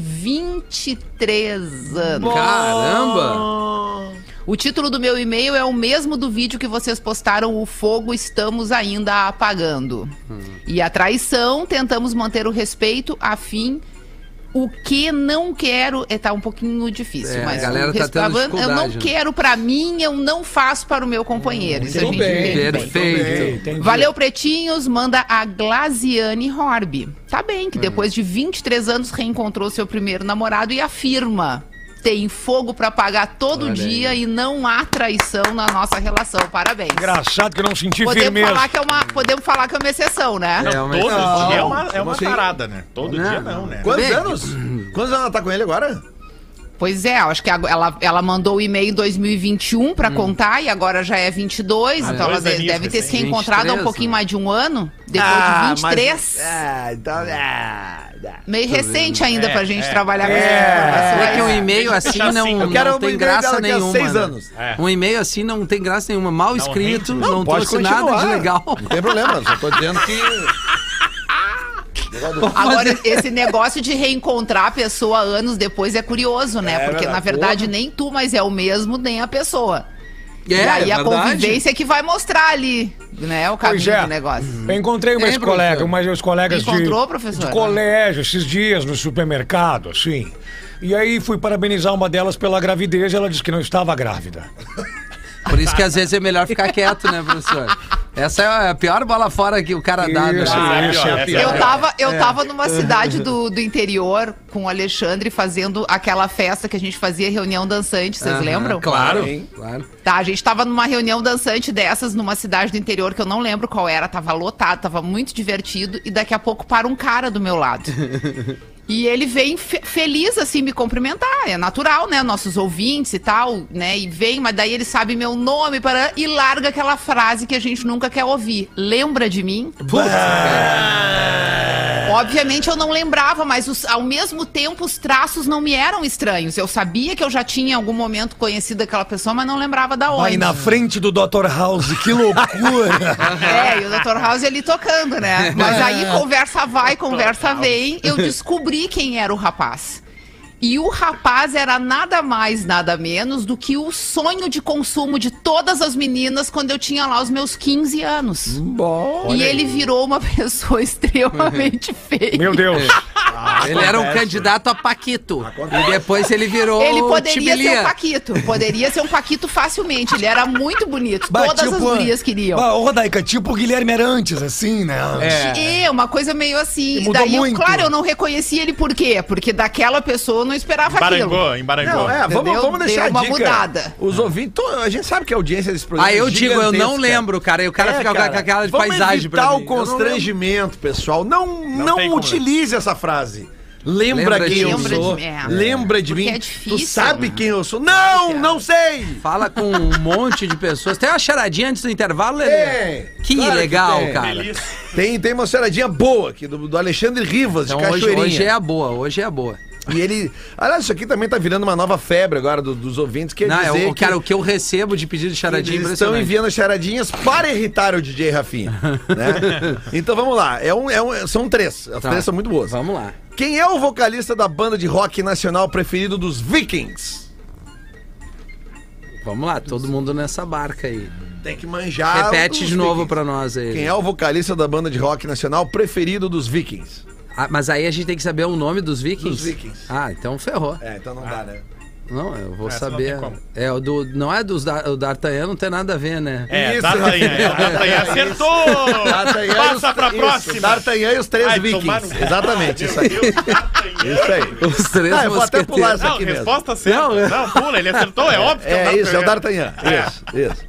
S6: 23 anos.
S2: Caramba!
S6: O título do meu e-mail é o mesmo do vídeo que vocês postaram, o fogo estamos ainda apagando.
S2: Hum.
S6: E a traição, tentamos manter o respeito, afim... O que não quero... É, tá um pouquinho difícil,
S2: É,
S6: mas...
S2: a galera
S6: o
S2: tá
S6: res-
S2: tendo
S6: Eu não
S2: dificuldade, né?
S6: quero pra mim, eu não faço para o meu companheiro. Isso a gente entende bem.
S2: Perfeito.
S7: Entendi.
S6: Valeu, Pretinhos. Manda a Glaziane Horby. Tá bem, que depois de 23 anos reencontrou seu primeiro namorado e afirma. Tem fogo pra pagar todo
S2: Olha
S6: dia e não há traição na nossa relação. Parabéns.
S7: Engraçado que eu não senti
S6: Podemos
S7: firmeza.
S6: falar, que é uma, podemos falar que é uma exceção, né?
S2: É,
S4: Não,
S2: mas-
S4: todo
S5: Não,
S4: dia é uma, é uma
S5: assim?
S4: parada, né? Todo
S2: Não,
S4: dia
S2: não.
S4: não, né?
S5: Quantos
S2: Bem-
S5: anos? Quantos anos ela tá com ele agora?
S6: Pois é, acho que ag- ela, ela mandou o e-mail em 2021 pra contar e agora já é 22, então ela
S4: dois
S6: de-
S4: aninhos,
S6: deve ter se
S4: recém.
S6: reencontrado há
S2: 23,
S6: um pouquinho
S2: né?
S6: mais de um ano,
S2: tá
S6: depois de 23.
S5: Ah, então. Ah, dá.
S6: Meio recente ainda
S4: É,
S6: pra gente
S4: é.
S6: trabalhar com essas
S2: É
S6: informações.
S2: que um e-mail
S4: Deixa eu
S2: assim
S4: deixar
S2: não,
S4: assim. Eu
S2: não
S5: quero uma
S2: tem
S5: ideia
S2: graça
S5: dela daqui a
S2: nenhuma.
S5: seis
S2: né?
S5: anos.
S4: É.
S2: Um e-mail assim não tem graça nenhuma. Mal
S4: Não
S2: escrito,
S4: rende, né?
S2: não,
S5: Pode
S2: trouxe nada de
S5: continuar.
S2: legal.
S5: Não tem problema, só tô dizendo que.
S6: Agora, esse negócio de reencontrar a pessoa anos depois é curioso, né? Porque, na verdade, nem tu, mas é o mesmo, nem a pessoa.
S2: É,
S6: e aí a
S2: verdade.
S6: convivência é que vai mostrar ali, né? O caminho
S7: Pois é.
S6: do negócio.
S7: Eu encontrei
S6: É,
S2: Hein,
S7: meus
S2: professor?
S7: colegas, mas os colegas de,
S6: Encontrou, professor?
S7: de colégio esses dias no supermercado, assim. E aí fui parabenizar uma delas pela gravidez e ela disse que não estava grávida.
S2: Por isso que às vezes é melhor ficar quieto, né, professor? Essa é a pior bola fora que o
S6: Tá
S2: cara dá. né?
S7: Isso,
S4: Ah, é
S7: isso,
S4: pior,
S7: é
S4: é
S7: pior.
S4: pior.
S6: Eu tava, eu tava numa cidade do, do interior com o Alexandre fazendo aquela festa que a gente fazia, reunião dançante, vocês
S2: Aham,
S6: lembram?
S2: Claro,
S5: Sim.
S2: claro.
S6: Tá, a gente tava numa reunião dançante dessas numa cidade do interior que eu não lembro qual era, tava lotado, tava muito divertido e daqui a pouco para um cara do meu lado. E ele vem fe- feliz, assim, me cumprimentar. É natural, né? Nossos ouvintes e tal, né? E vem, mas daí ele sabe meu nome para e larga aquela frase que a gente nunca quer ouvir. Lembra de mim?
S2: Putz, cara.
S6: Obviamente eu não lembrava, mas os- ao mesmo tempo os traços não me eram estranhos. Eu sabia que eu já tinha em algum momento conhecido aquela pessoa, mas não lembrava da onde.
S7: Aí na frente do Dr. House, que loucura!
S6: É, e o Dr. House ali tocando, né? Mas aí conversa vai, conversa vem. Eu descobri quem era o rapaz. E o rapaz era nada mais, nada menos do que o sonho de consumo de todas as meninas quando eu tinha lá os meus 15 anos.
S7: Hum,
S6: e ele virou uma pessoa extremamente feia.
S7: Meu Deus!
S5: Ah,
S2: Ele era um candidato a Paquito. E depois ele virou
S6: Ele poderia ser
S2: Tibilia.
S6: um Paquito. Poderia ser um Paquito facilmente. Ele era muito bonito. Todas as gurias queriam.
S7: Bah, Ah, tipo ô, Rodaica, tipo o Guilherme Arantes, assim, né?
S6: É, uma coisa meio assim.
S7: E
S6: E
S7: mudou
S6: daí, eu-
S7: muito.
S6: claro, eu não reconheci ele por quê? Porque daquela pessoa eu não esperava aquilo.
S4: Embarangou, embarangou.
S5: Não, é, vamos,
S6: Entendeu?
S5: vamos deixar
S6: Deu
S5: a
S6: uma
S5: dica.
S6: mudada.
S5: Os ouvintes. to- A gente sabe que a audiência desse programa.
S2: Ah, eu
S5: é
S2: digo, eu
S5: gigantesca.
S2: não lembro, cara. E o cara
S5: É,
S2: fica
S5: cara,
S2: com aquela de
S5: vamos
S2: paisagem
S5: evitar
S2: pra
S5: o
S2: mim.
S5: constrangimento, pessoal. Não,
S4: Não
S5: não,
S4: tem como.
S5: utilize essa frase. Lembra,
S2: Lembra
S5: quem
S2: de
S5: eu
S2: mim.
S5: sou.
S6: Lembra de- é.
S5: Lembra de
S6: Porque
S5: mim.
S6: é difícil.
S5: Tu sabe quem eu sou. Não, não sei.
S2: Fala com um monte de pessoas. Tem uma charadinha antes do intervalo, Lelê?
S5: Tem,
S2: Que
S5: claro que
S2: legal,
S5: tem.
S2: cara.
S4: Feliz.
S5: Tem, tem uma senadinha boa aqui, do, do Alexandre Rivas,
S2: Então
S5: de
S2: hoje,
S5: Cachoeirinha.
S2: hoje é a boa, hoje é a boa.
S5: E ele. Aliás, isso aqui também tá virando uma nova febre agora do- dos ouvintes. Quer
S2: Não, é
S5: dizer
S2: o,
S5: que
S2: cara, o que eu recebo de pedido de charadinha é
S5: eles estão
S2: impressionante.
S5: enviando charadinhas para irritar o DJ Rafinha. né? Então vamos lá. É um, é um- são três. As
S2: Tá.
S5: três são muito boas.
S2: Vamos lá.
S5: Quem é o vocalista da banda de rock nacional preferido dos Vikings?
S2: Vamos lá, todo mundo nessa barca aí.
S5: Tem que manjar.
S2: Repete
S5: Ah, os
S2: de novo
S5: Vikings.
S2: pra nós aí.
S5: Quem é o vocalista da banda de rock nacional preferido dos Vikings?
S2: Ah, mas aí a gente tem que saber o nome dos vikings?
S5: Dos vikings.
S2: Ah, então ferrou.
S5: É, então não dá, né?
S2: Não, eu vou
S4: Essa não tem
S2: saber.
S4: como.
S2: é, o do, não é dos da, o D'Artagnan, não tem nada a ver, né?
S4: É,
S5: Isso.
S4: D'Artagnan, é, D'Artagnan acertou!
S5: D'Artagnan e os-
S4: Ah. Passa pra
S5: isso,
S4: próxima!
S5: D'Artagnan e os três
S4: Ai, tomar
S5: Vikings.
S4: no-
S5: Exatamente, isso aí. Isso aí.
S2: Os três
S5: Ah, eu vou até
S2: mosqueteiros.
S5: pular essa
S4: Não,
S5: aqui mesmo.
S4: resposta certa.
S2: Não, é-
S4: Não, pula, ele acertou, é óbvio que
S5: É isso, é o D'Artagnan.
S4: É.
S5: Isso, isso.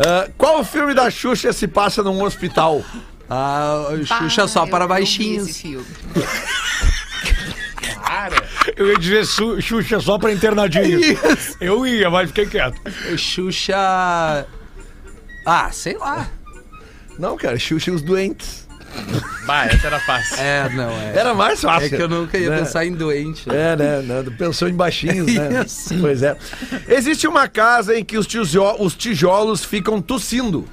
S5: Ah, qual o filme da Xuxa se passa num hospital?
S2: Ah, o Xuxa só
S6: eu
S2: para
S6: não vi
S2: baixinhos.
S6: esse filme.
S7: Eu ia dizer su- Xuxa só pra
S2: É
S7: internadinho. Eu ia, mas fiquei quieto.
S2: O Xuxa. Ah, sei lá.
S5: Não, cara, Xuxa e os doentes.
S4: Bah, essa era fácil.
S2: É, não, é.
S5: Era mais fácil.
S2: É que eu nunca ia
S5: né?
S2: pensar em doente. né?
S5: É, né? né, Pensou em baixinhos, né?
S2: Isso.
S5: Pois é. Existe uma casa em que os, tijó- os tijolos ficam tossindo.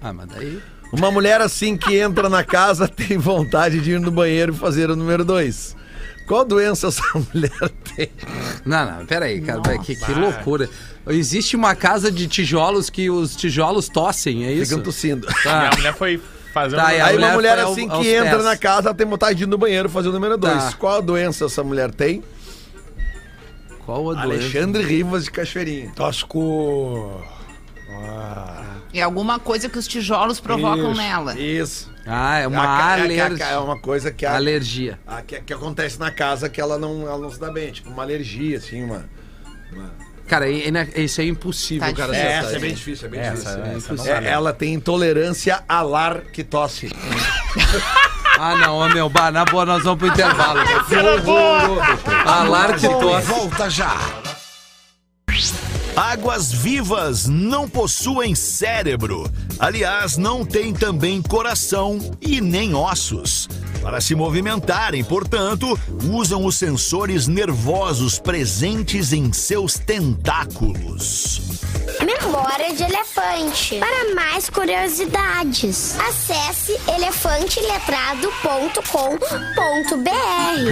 S2: Ah, mas daí.
S5: Uma mulher assim que entra na casa tem vontade de ir no banheiro e fazer o número dois. Qual doença essa mulher tem?
S2: Não, não, peraí, cara, que, que loucura. Existe uma casa de tijolos que os tijolos tossem, é isso?
S5: Ficam tossindo.
S2: Tá.
S4: Minha mulher foi fazer
S2: Tá,
S4: um-
S2: e
S5: Aí uma
S2: mulher
S5: mulher
S2: foi ao-
S5: assim
S2: aos
S5: que entra
S2: pés.
S5: na casa ela tem vontade de ir no banheiro fazer o número dois.
S2: Tá.
S5: Qual doença essa mulher tem?
S2: Qual a doença?
S5: Alexandre Rivas de Cachoeirinha.
S7: Tosco.
S2: Ah.
S6: É alguma coisa que os tijolos provocam
S7: Isso,
S6: nela.
S5: Isso.
S2: Ah, é uma
S5: Uma
S2: alergia.
S5: É uma coisa que a,
S2: alergia.
S5: a- que, que acontece na casa que ela não, ela não se dá bem. Tipo, uma alergia, assim, uma.
S2: Cara, é- é- isso é impossível,
S6: Tá
S2: cara.
S6: difícil.
S2: acertar
S5: essa é
S2: isso.
S5: bem difícil, é bem
S4: Essa, essa
S5: difícil.
S4: não
S5: É, ela tem intolerância a larquitose.
S2: Ah, não, ô, meu, bah, na boa, nós vamos pro intervalo. Alar que tosse.
S1: Volta já. Águas vivas não possuem cérebro. Aliás, não tem também coração e nem ossos. Para se movimentarem, portanto, usam os sensores nervosos presentes em seus tentáculos.
S8: Memória de elefante. Para mais curiosidades, acesse elefanteletrado.com.br.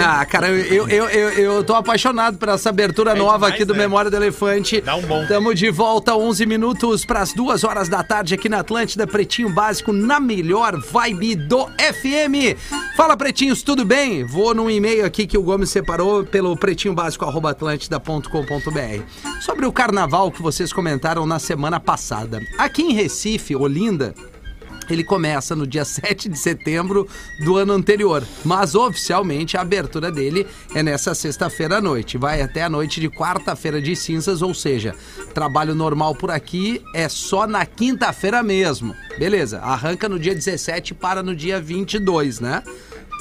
S2: Ah, cara, eu, eu, eu, eu tô apaixonado por essa abertura nova
S4: demais,
S2: aqui do
S4: né?
S2: Memória do Elefante.
S4: Dá um bom.
S2: Tamo de volta, 11 minutos pras duas horas da tarde aqui na Atlântida, Pretinho Básico, na melhor vibe do FM. Fala, Pretinhos, tudo bem? Vou num e-mail aqui que o Gomes separou pelo pretinhobásico.atlântida.com.br. Sobre o carnaval que vocês comentaram na semana passada. Aqui em Recife, Olinda, ele começa no dia 7 de setembro do ano anterior, mas oficialmente a abertura dele é nessa sexta-feira à noite. Vai até a noite de quarta-feira de cinzas, ou seja, trabalho normal por aqui é só na quinta-feira mesmo. Beleza, arranca no dia 17 e para no dia 22, né?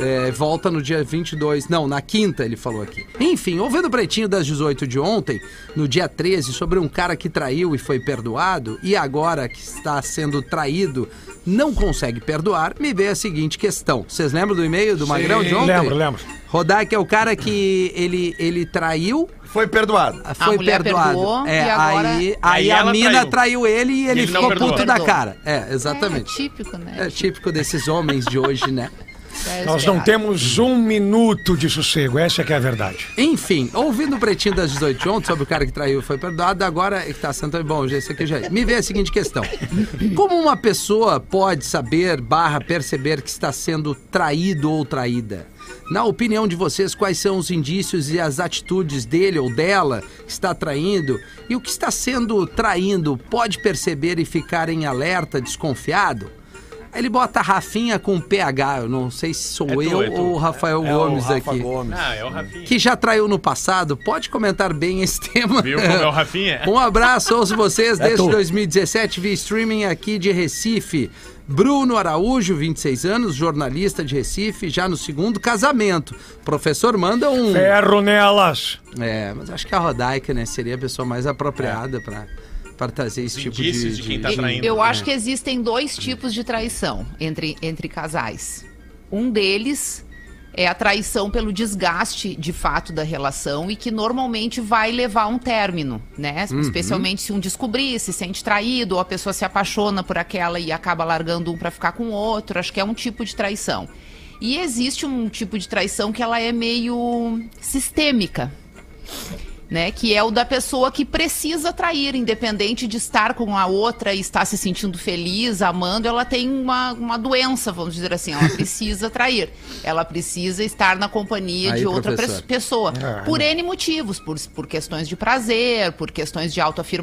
S2: É, volta no dia 22. Não, na quinta ele falou aqui. Enfim, ouvindo o Pretinho das 18 de ontem, no dia 13, sobre um cara que traiu e foi perdoado, e agora que está sendo traído, não consegue perdoar, me veio a seguinte questão. Vocês lembram do e-mail do Magrão de ontem?
S7: lembro, lembro.
S2: Rodak é o cara que ele, ele traiu,
S5: Foi perdoado.
S2: foi
S6: mulher
S2: perdoado.
S6: perdoou,
S2: é,
S6: e agora-
S2: aí, aí
S4: Aí
S2: a
S4: ela
S2: mina
S4: traiu.
S2: traiu ele e ele,
S4: ele não
S2: ficou
S4: perdoou.
S2: puto da
S6: Perdoou.
S2: cara. É,
S6: É
S2: exatamente.
S6: típico, né?
S2: É típico desses homens de hoje, né?
S6: É,
S7: Nós não
S6: esperado.
S7: temos um minuto de sossego, essa que é a verdade.
S2: Enfim, ouvindo o pretinho das 18 de ontem sobre o cara que traiu e foi perdoado, agora que tá sentando. Bom, já isso aqui já. é. Me vem a seguinte questão: Como uma pessoa pode saber, barra, perceber que está sendo traído ou traída? Na opinião de vocês, quais são os indícios e as atitudes dele ou dela que está traindo? E o que está sendo traindo pode perceber e ficar em alerta, desconfiado? Aí Ele bota Rafinha com PH, eu não sei se sou
S4: É tu,
S2: eu
S4: é tu.
S2: ou o Rafael Gomes
S5: Rafa
S2: aqui
S5: Gomes.
S4: Ah, é o Rafinha.
S2: que já traiu no passado, pode comentar bem esse tema.
S4: Viu como é o Rafinha?
S2: Um abraço, ouço vocês desde
S5: tu.
S2: 2017 via streaming aqui de Recife. Bruno Araújo, 26 anos, jornalista de Recife, já no segundo casamento. Professor manda um.
S7: Ferro nelas.
S2: É, mas acho que a Rodaica, né, seria a pessoa mais apropriada pra para trazer esse
S4: Os
S2: tipo de,
S4: indícios de quem tá traindo.
S6: Eu acho que existem dois tipos de traição entre, entre casais. Um deles é a traição pelo desgaste de fato da relação e que normalmente vai levar a um término, né?
S4: Uhum.
S6: Especialmente se um descobrir, se sente traído, ou a pessoa se apaixona por aquela e acaba largando um pra ficar com o outro. Acho que é um tipo de traição. E existe um tipo de traição que ela é meio sistêmica né? Que é o da pessoa que precisa trair, independente de estar com a outra e estar se sentindo feliz, amando, ela tem uma, uma doença, vamos dizer assim, ela precisa trair. Ela precisa estar na companhia
S2: Aí,
S6: de outra
S2: professor.
S6: pres- pessoa. por N motivos, por, por questões de prazer, por questões de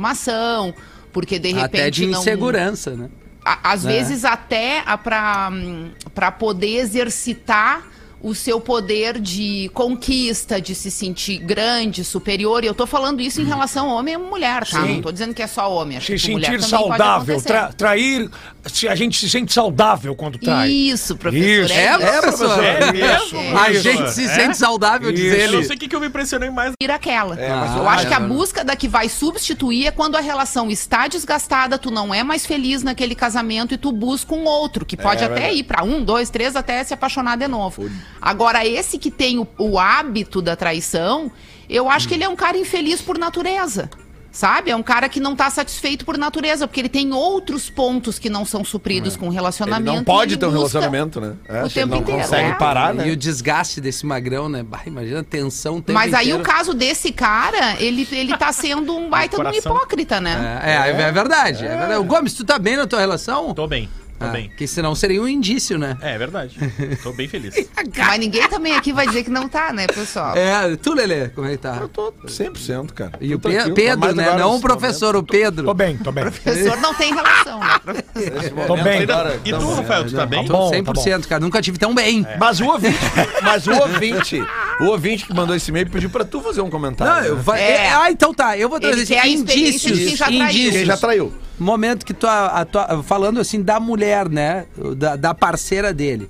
S6: autoafirmação, porque de repente.
S2: Até de
S6: não-
S2: insegurança, né?
S6: a- às
S7: É.
S2: Né?
S6: vezes até para poder hum, exercitar o o seu poder de conquista, de se sentir grande, superior. E eu tô falando isso em relação a homem e mulher, tá?
S7: Uhum. Sim.
S6: Não tô dizendo que é só homem. Acho
S7: Se
S6: que com mulher
S7: sentir
S6: também pode
S7: saudável,
S6: acontecer.
S7: tra- trair. se a gente se sente saudável quando trai.
S6: Isso, professor.
S7: Isso.
S6: É,
S2: É,
S6: isso.
S2: professor.
S4: É mesmo?
S2: A
S4: professor?
S2: gente se
S4: É?
S2: sente saudável, diz
S7: Isso.
S4: Eu não
S2: ele.
S4: sei o que, que eu me impressionei mais.
S6: ir aquela.
S2: mas
S6: eu
S2: ah,
S6: acho que a
S2: não, não.
S6: busca da que vai substituir é quando a relação está desgastada, tu não é mais feliz naquele casamento e tu busca um outro, que pode até ir pra um, dois, três, até se apaixonar de novo. Agora, esse que tem o, o hábito da traição, eu acho que ele é um cara infeliz por natureza. Sabe? É um cara que não tá satisfeito por natureza, porque ele tem outros pontos que não são supridos com o
S5: Ele
S6: relacionamento.
S5: não
S6: e
S5: pode
S6: ele
S5: ter um
S6: busca
S5: relacionamento, né? É,
S6: O
S5: se ele
S6: tempo
S5: não
S6: inteiro.
S5: consegue
S6: é.
S5: parar, né?
S2: E o desgaste desse magrão, né? Bah, imagina a tensão. o tempo
S6: Mas aí
S2: inteiro.
S6: o caso desse cara, ele, ele tá sendo um baita de um
S4: coração.
S6: hipócrita, né?
S2: É, é, é verdade. É. verdade. O Gomes, tu tá bem na tua relação?
S4: Tô bem, tô
S2: Ah,
S4: bem.
S2: Que senão seria um indício, né?
S4: É, é verdade. Tô bem feliz.
S6: Mas ninguém também aqui vai dizer que não tá, né, pessoal?
S2: É, tu, Lelê, como é que tá?
S5: Eu tô 100%, cara.
S2: E
S5: Tô
S2: o Pe-
S5: tranquilo, tá
S2: Pedro,
S5: mais
S2: né?
S5: agora
S2: Não o
S5: nesse
S2: professor, o
S7: Tô
S2: Pedro.
S7: bem, tô bem.
S6: O professor não tem relação, né? professor?
S5: momento.
S7: Tô bem.
S5: Tá Agora,
S4: E
S5: tá
S4: tu,
S5: bom. É.
S4: Rafael, tu tá
S2: Não,
S4: bem?
S2: Tô
S7: Bom, tá
S2: 100%, cara. Nunca tive tão bem.
S5: Mas o ouvinte, mas o ouvinte, o ouvinte que mandou esse e-mail pediu pra tu fazer um comentário.
S2: Não, eu
S5: né?
S2: vai-
S6: É.
S2: é, Ah, então tá. Eu vou trazer
S6: Ele quer a experiência de quem já tá traiu.
S5: Quem já tá- traiu.
S2: Momento que tu a- a tua- falando assim da mulher, né? Da, da parceira dele.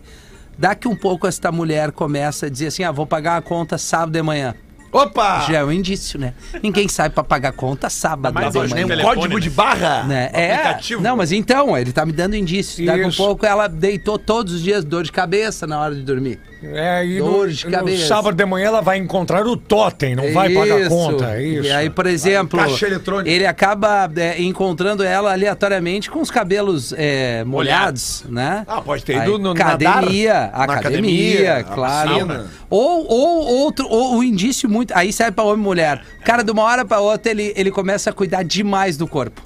S2: Daqui um pouco esta mulher começa a dizer assim: ah, vou pagar a conta sábado de manhã.
S4: Ah.
S5: Opa!
S2: Já é um indício, né? Ninguém sai pra pagar conta sábado
S4: Mas
S2: de
S4: hoje,
S2: manhã.
S4: né?
S5: Um
S4: Telefone,
S5: código
S4: né?
S5: de barra.
S2: Né? É,
S4: aplicativo.
S2: não, mas então, ele tá me dando indícios. Daqui um
S7: Isso.
S2: pouco ela deitou todos os dias dor de cabeça na hora de dormir.
S7: É, e
S2: Dor de
S7: no
S2: cabeça.
S7: sábado de manhã ela vai encontrar o totem, não vai pagar
S2: Isso.
S5: é
S7: conta. é Isso.
S2: E aí, por exemplo,
S5: caixa eletrônico.
S2: ele acaba é, encontrando ela aleatoriamente com os cabelos é, molhados, né?
S5: Ah, pode ter ido
S2: Aí,
S5: no
S2: academia,
S5: nadar, na
S2: academia,
S5: academia, na
S2: claro.
S5: piscina.
S2: Ou, ou outro, ou um indício muito. Aí serve pra homem e mulher. O cara, de uma hora pra outra, ele, ele começa a cuidar demais do corpo.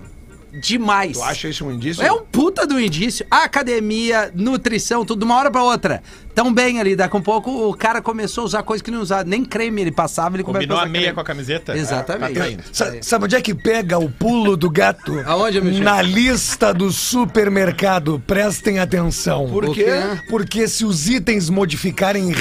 S2: Demais.
S5: Tu acha isso um indício?
S2: É um puta do indício. Academia, nutrição, tudo de uma hora pra outra. Tão bem ali, daqui a um pouco o cara começou a usar coisa que não usava. Nem creme ele passava, ele começou
S4: Combinou
S2: a
S4: a
S2: usar
S4: meia
S2: creme.
S4: com a camiseta?
S2: Exatamente.
S4: Tá traindo.
S7: Sa- sabe onde é que pega o pulo do gato?
S2: Aonde, Michel?
S7: Na lista do supermercado. Prestem atenção.
S5: Por quê?
S2: é.
S7: Porque se os itens modificarem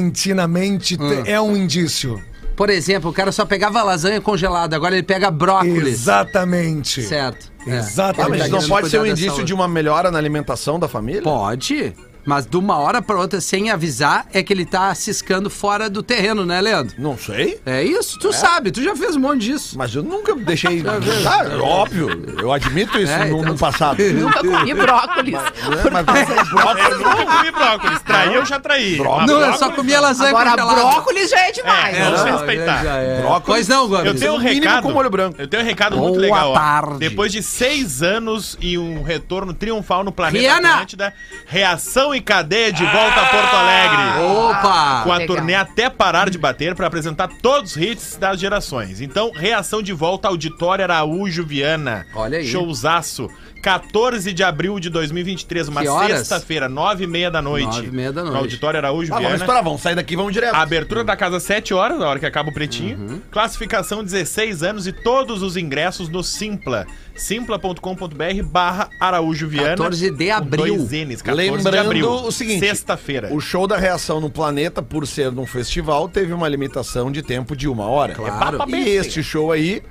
S7: repentinamente, te-
S2: Hum.
S7: é um indício.
S2: Por exemplo, o cara só pegava lasanha congelada, agora ele pega brócolis.
S7: Exatamente.
S2: Certo. É.
S5: Ah, mas
S7: Exatamente.
S5: isso não
S2: querendo
S5: pode ser um
S2: cuidar da
S5: indício
S2: saúde.
S5: de uma melhora na alimentação da família?
S2: Pode, mas de uma hora pra outra, sem avisar, é que ele tá ciscando fora do terreno, né, Leandro?
S5: Não sei.
S2: É isso? Tu sabe, tu já fez um monte disso.
S5: Mas eu nunca deixei. Ah, óbvio. Eu admito isso
S2: É,
S5: no,
S2: então-
S5: no passado.
S6: Nunca comi brócolis.
S5: Né? Mas
S4: Eu nunca comi um brócolis. Traí, eu já traí.
S5: Brócolis.
S4: Mas
S2: Não, eu
S4: brócolis-
S2: só comia lasanha
S6: Agora,
S2: congelada.
S6: brócolis já é demais.
S4: É,
S2: Não,
S4: Vamos respeitar.
S2: já é.
S5: Brócolis.
S2: Pois não, Gomes.
S4: Eu tenho um
S5: No mínimo
S4: recado.
S5: com molho branco.
S4: Eu tenho um recado muito
S2: Boa
S4: legal. ó.
S2: tarde.
S4: Depois de seis anos e um retorno triunfal no planeta
S2: Rihanna.
S4: Atlântida, reação em cadeia de volta a Porto Alegre.
S2: Ah! Opa!
S4: Com a
S6: Legal.
S4: turnê até parar de bater para apresentar todos os hits das gerações. Então, reação de volta auditória Araújo Viana.
S2: Olha aí.
S4: Showzaço. 14 de abril de 2023, uma
S2: Que horas?
S4: sexta-feira, nove e meia da noite.
S2: Nove e meia da
S4: No
S2: noite.
S4: Auditório Araújo
S5: Ah, vamos
S4: Viana.
S5: estourar, vamos sair daqui e vamos direto.
S4: A Abertura da casa 7 horas, na hora que acaba o pretinho.
S2: Uhum.
S4: Classificação 16 anos e todos os ingressos no Simpla. Simpla.com.br barra Araújo Viana.
S2: 14 de abril.
S4: Com dois N's, 14 de
S5: Lembrando
S4: abril.
S5: o seguinte,
S4: Sexta-feira.
S5: O show da reação no planeta, por ser num festival, teve uma limitação de tempo de uma hora. É
S2: Claro.
S5: E este show aí,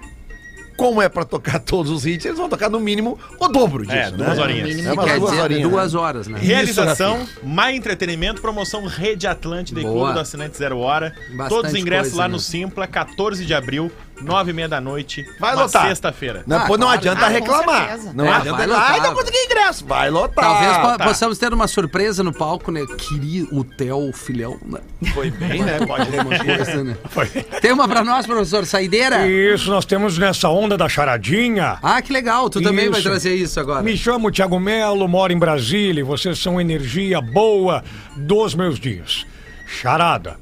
S5: como é pra tocar todos os hits, eles vão tocar no mínimo o dobro disso.
S4: É, duas
S5: né?
S4: horinhas.
S6: No mínimo
S5: É
S2: Que
S5: umas
S2: quer
S5: duas
S2: dizer,
S5: horinhas.
S2: duas
S5: né?
S2: horas, né?
S4: Realização, mais entretenimento, promoção Rede Atlântida
S2: Boa.
S4: e Clube do Assinante Zero Hora.
S2: Bastante
S4: Todos os ingressos
S2: coisa,
S4: lá
S2: né?
S4: no Simpla, 14 de abril, 9 e meia da noite.
S5: Vai
S4: uma
S5: lotar.
S4: Sexta-feira.
S5: Não,
S2: Ah,
S5: pô, não
S2: claro.
S5: adianta
S6: Ah, com
S5: reclamar.
S6: certeza.
S5: Não
S2: É, vai
S5: adianta reclamar.
S2: lotar.
S5: Ai, não consegui ingresso. Vai lotar.
S2: Talvez po-
S5: Tá.
S2: possamos ter uma surpresa no palco, né? Queria o Theo, o filhão. né?
S5: Foi bem, né? Pode remover.
S2: Coisa, né? Tem uma pra nós, professor? Saideira?
S7: Isso, nós temos nessa onda da charadinha.
S2: Ah, que legal. Tu também vai
S7: Isso.
S2: trazer isso agora.
S7: Me chamo Thiago Melo, moro em Brasília e vocês são energia boa dos meus dias. Charada.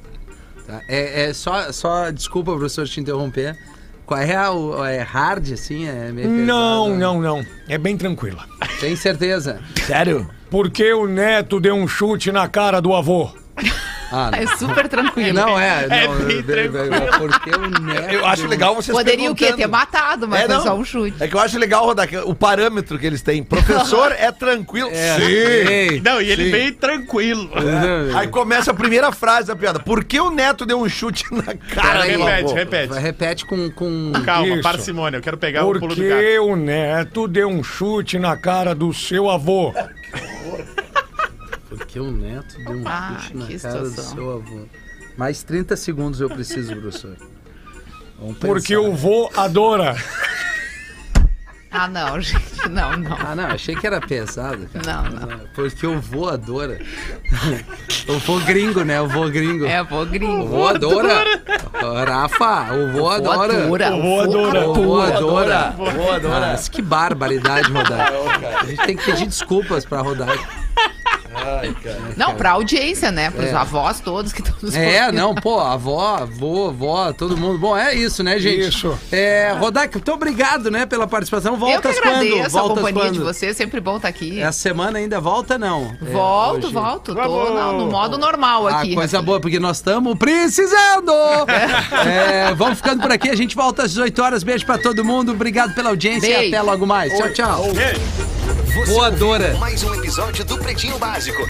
S2: Tá? É, é só, só... Desculpa, professor, te interromper. Qual é a... o- É hard, assim? É meio pesado,
S7: Não,
S2: né?
S7: não, não. É bem tranquila.
S2: Tem certeza.
S5: Sério?
S7: Porque o neto deu um chute na cara do avô.
S2: Ah, não.
S6: É super tranquilo.
S2: Não é, não,
S4: É
S2: eu- eu-
S4: bem
S2: eu-
S4: tranquilo.
S2: porque o Neto...
S5: Eu acho legal vocês
S6: Poderia o quê? Ter
S5: perguntando.
S6: matado, mas foi só um chute.
S5: É que eu acho legal, Rodaca, o parâmetro que eles têm. Professor é É. tranquilo.
S2: Ei,
S4: Não, e ele
S2: sim.
S4: veio tranquilo.
S5: Aí começa a primeira frase da piada. Por que o Neto deu um chute na cara
S2: Peraí,
S5: do
S4: repete,
S5: avô?
S4: repete.
S2: Vai, Repete com... com...
S4: Calma,
S7: Isso.
S4: parcimônia, eu quero pegar É o pulo do gato.
S7: Porque o neto deu um chute na cara do seu avô.
S2: Porque o Neto deu um
S6: Ah,
S2: chute na
S6: que
S2: cara do
S6: situação.
S2: seu avô. Mais 30 segundos eu preciso, professor. Vamos
S7: Porque
S4: é.
S2: pensar.
S7: o vô adora.
S6: Ah, não, gente. Não, não.
S2: Ah, não, achei que era pesado, cara. Ah,
S6: Não, não.
S2: Porque o vô adora. o vô gringo, né? O vô gringo.
S6: É, vou gringo.
S2: O vô adora. Rafa, o vô adora.
S6: Voadora.
S7: Voadora.
S2: O vô adora. Nossa, que barbaridade, Rodar. A gente tem que pedir desculpas pra Rodar.
S6: Não, pra audiência, né? Pros
S2: É.
S6: avós todos que estão nos
S2: É,
S6: ouvindo.
S2: não, pô, avó, avô, avó, todo mundo. Bom, é isso, né, gente?
S7: Isso.
S2: É, Rodak, muito obrigado, né, pela participação.
S6: Eu que
S2: Voltas quando?
S6: agradeço a
S2: Voltas
S6: companhia
S2: quando?
S6: de vocês, sempre bom estar aqui.
S2: Essa semana ainda volta, não? É,
S6: volto,
S2: hoje.
S6: volto. Tô
S4: Vamos!
S6: na- no modo normal
S2: Ah,
S6: aqui.
S2: coisa
S6: Rafinha.
S2: boa, porque nós estamos precisando! É, vamos ficando por aqui, a gente volta às 18 horas. Beijo pra todo mundo, obrigado pela audiência e
S6: Beijo.
S2: até logo mais. Tchau, tchau.
S4: Ei.
S9: Você
S2: Voadora.
S9: ouviu Mais um episódio do Pretinho Básico.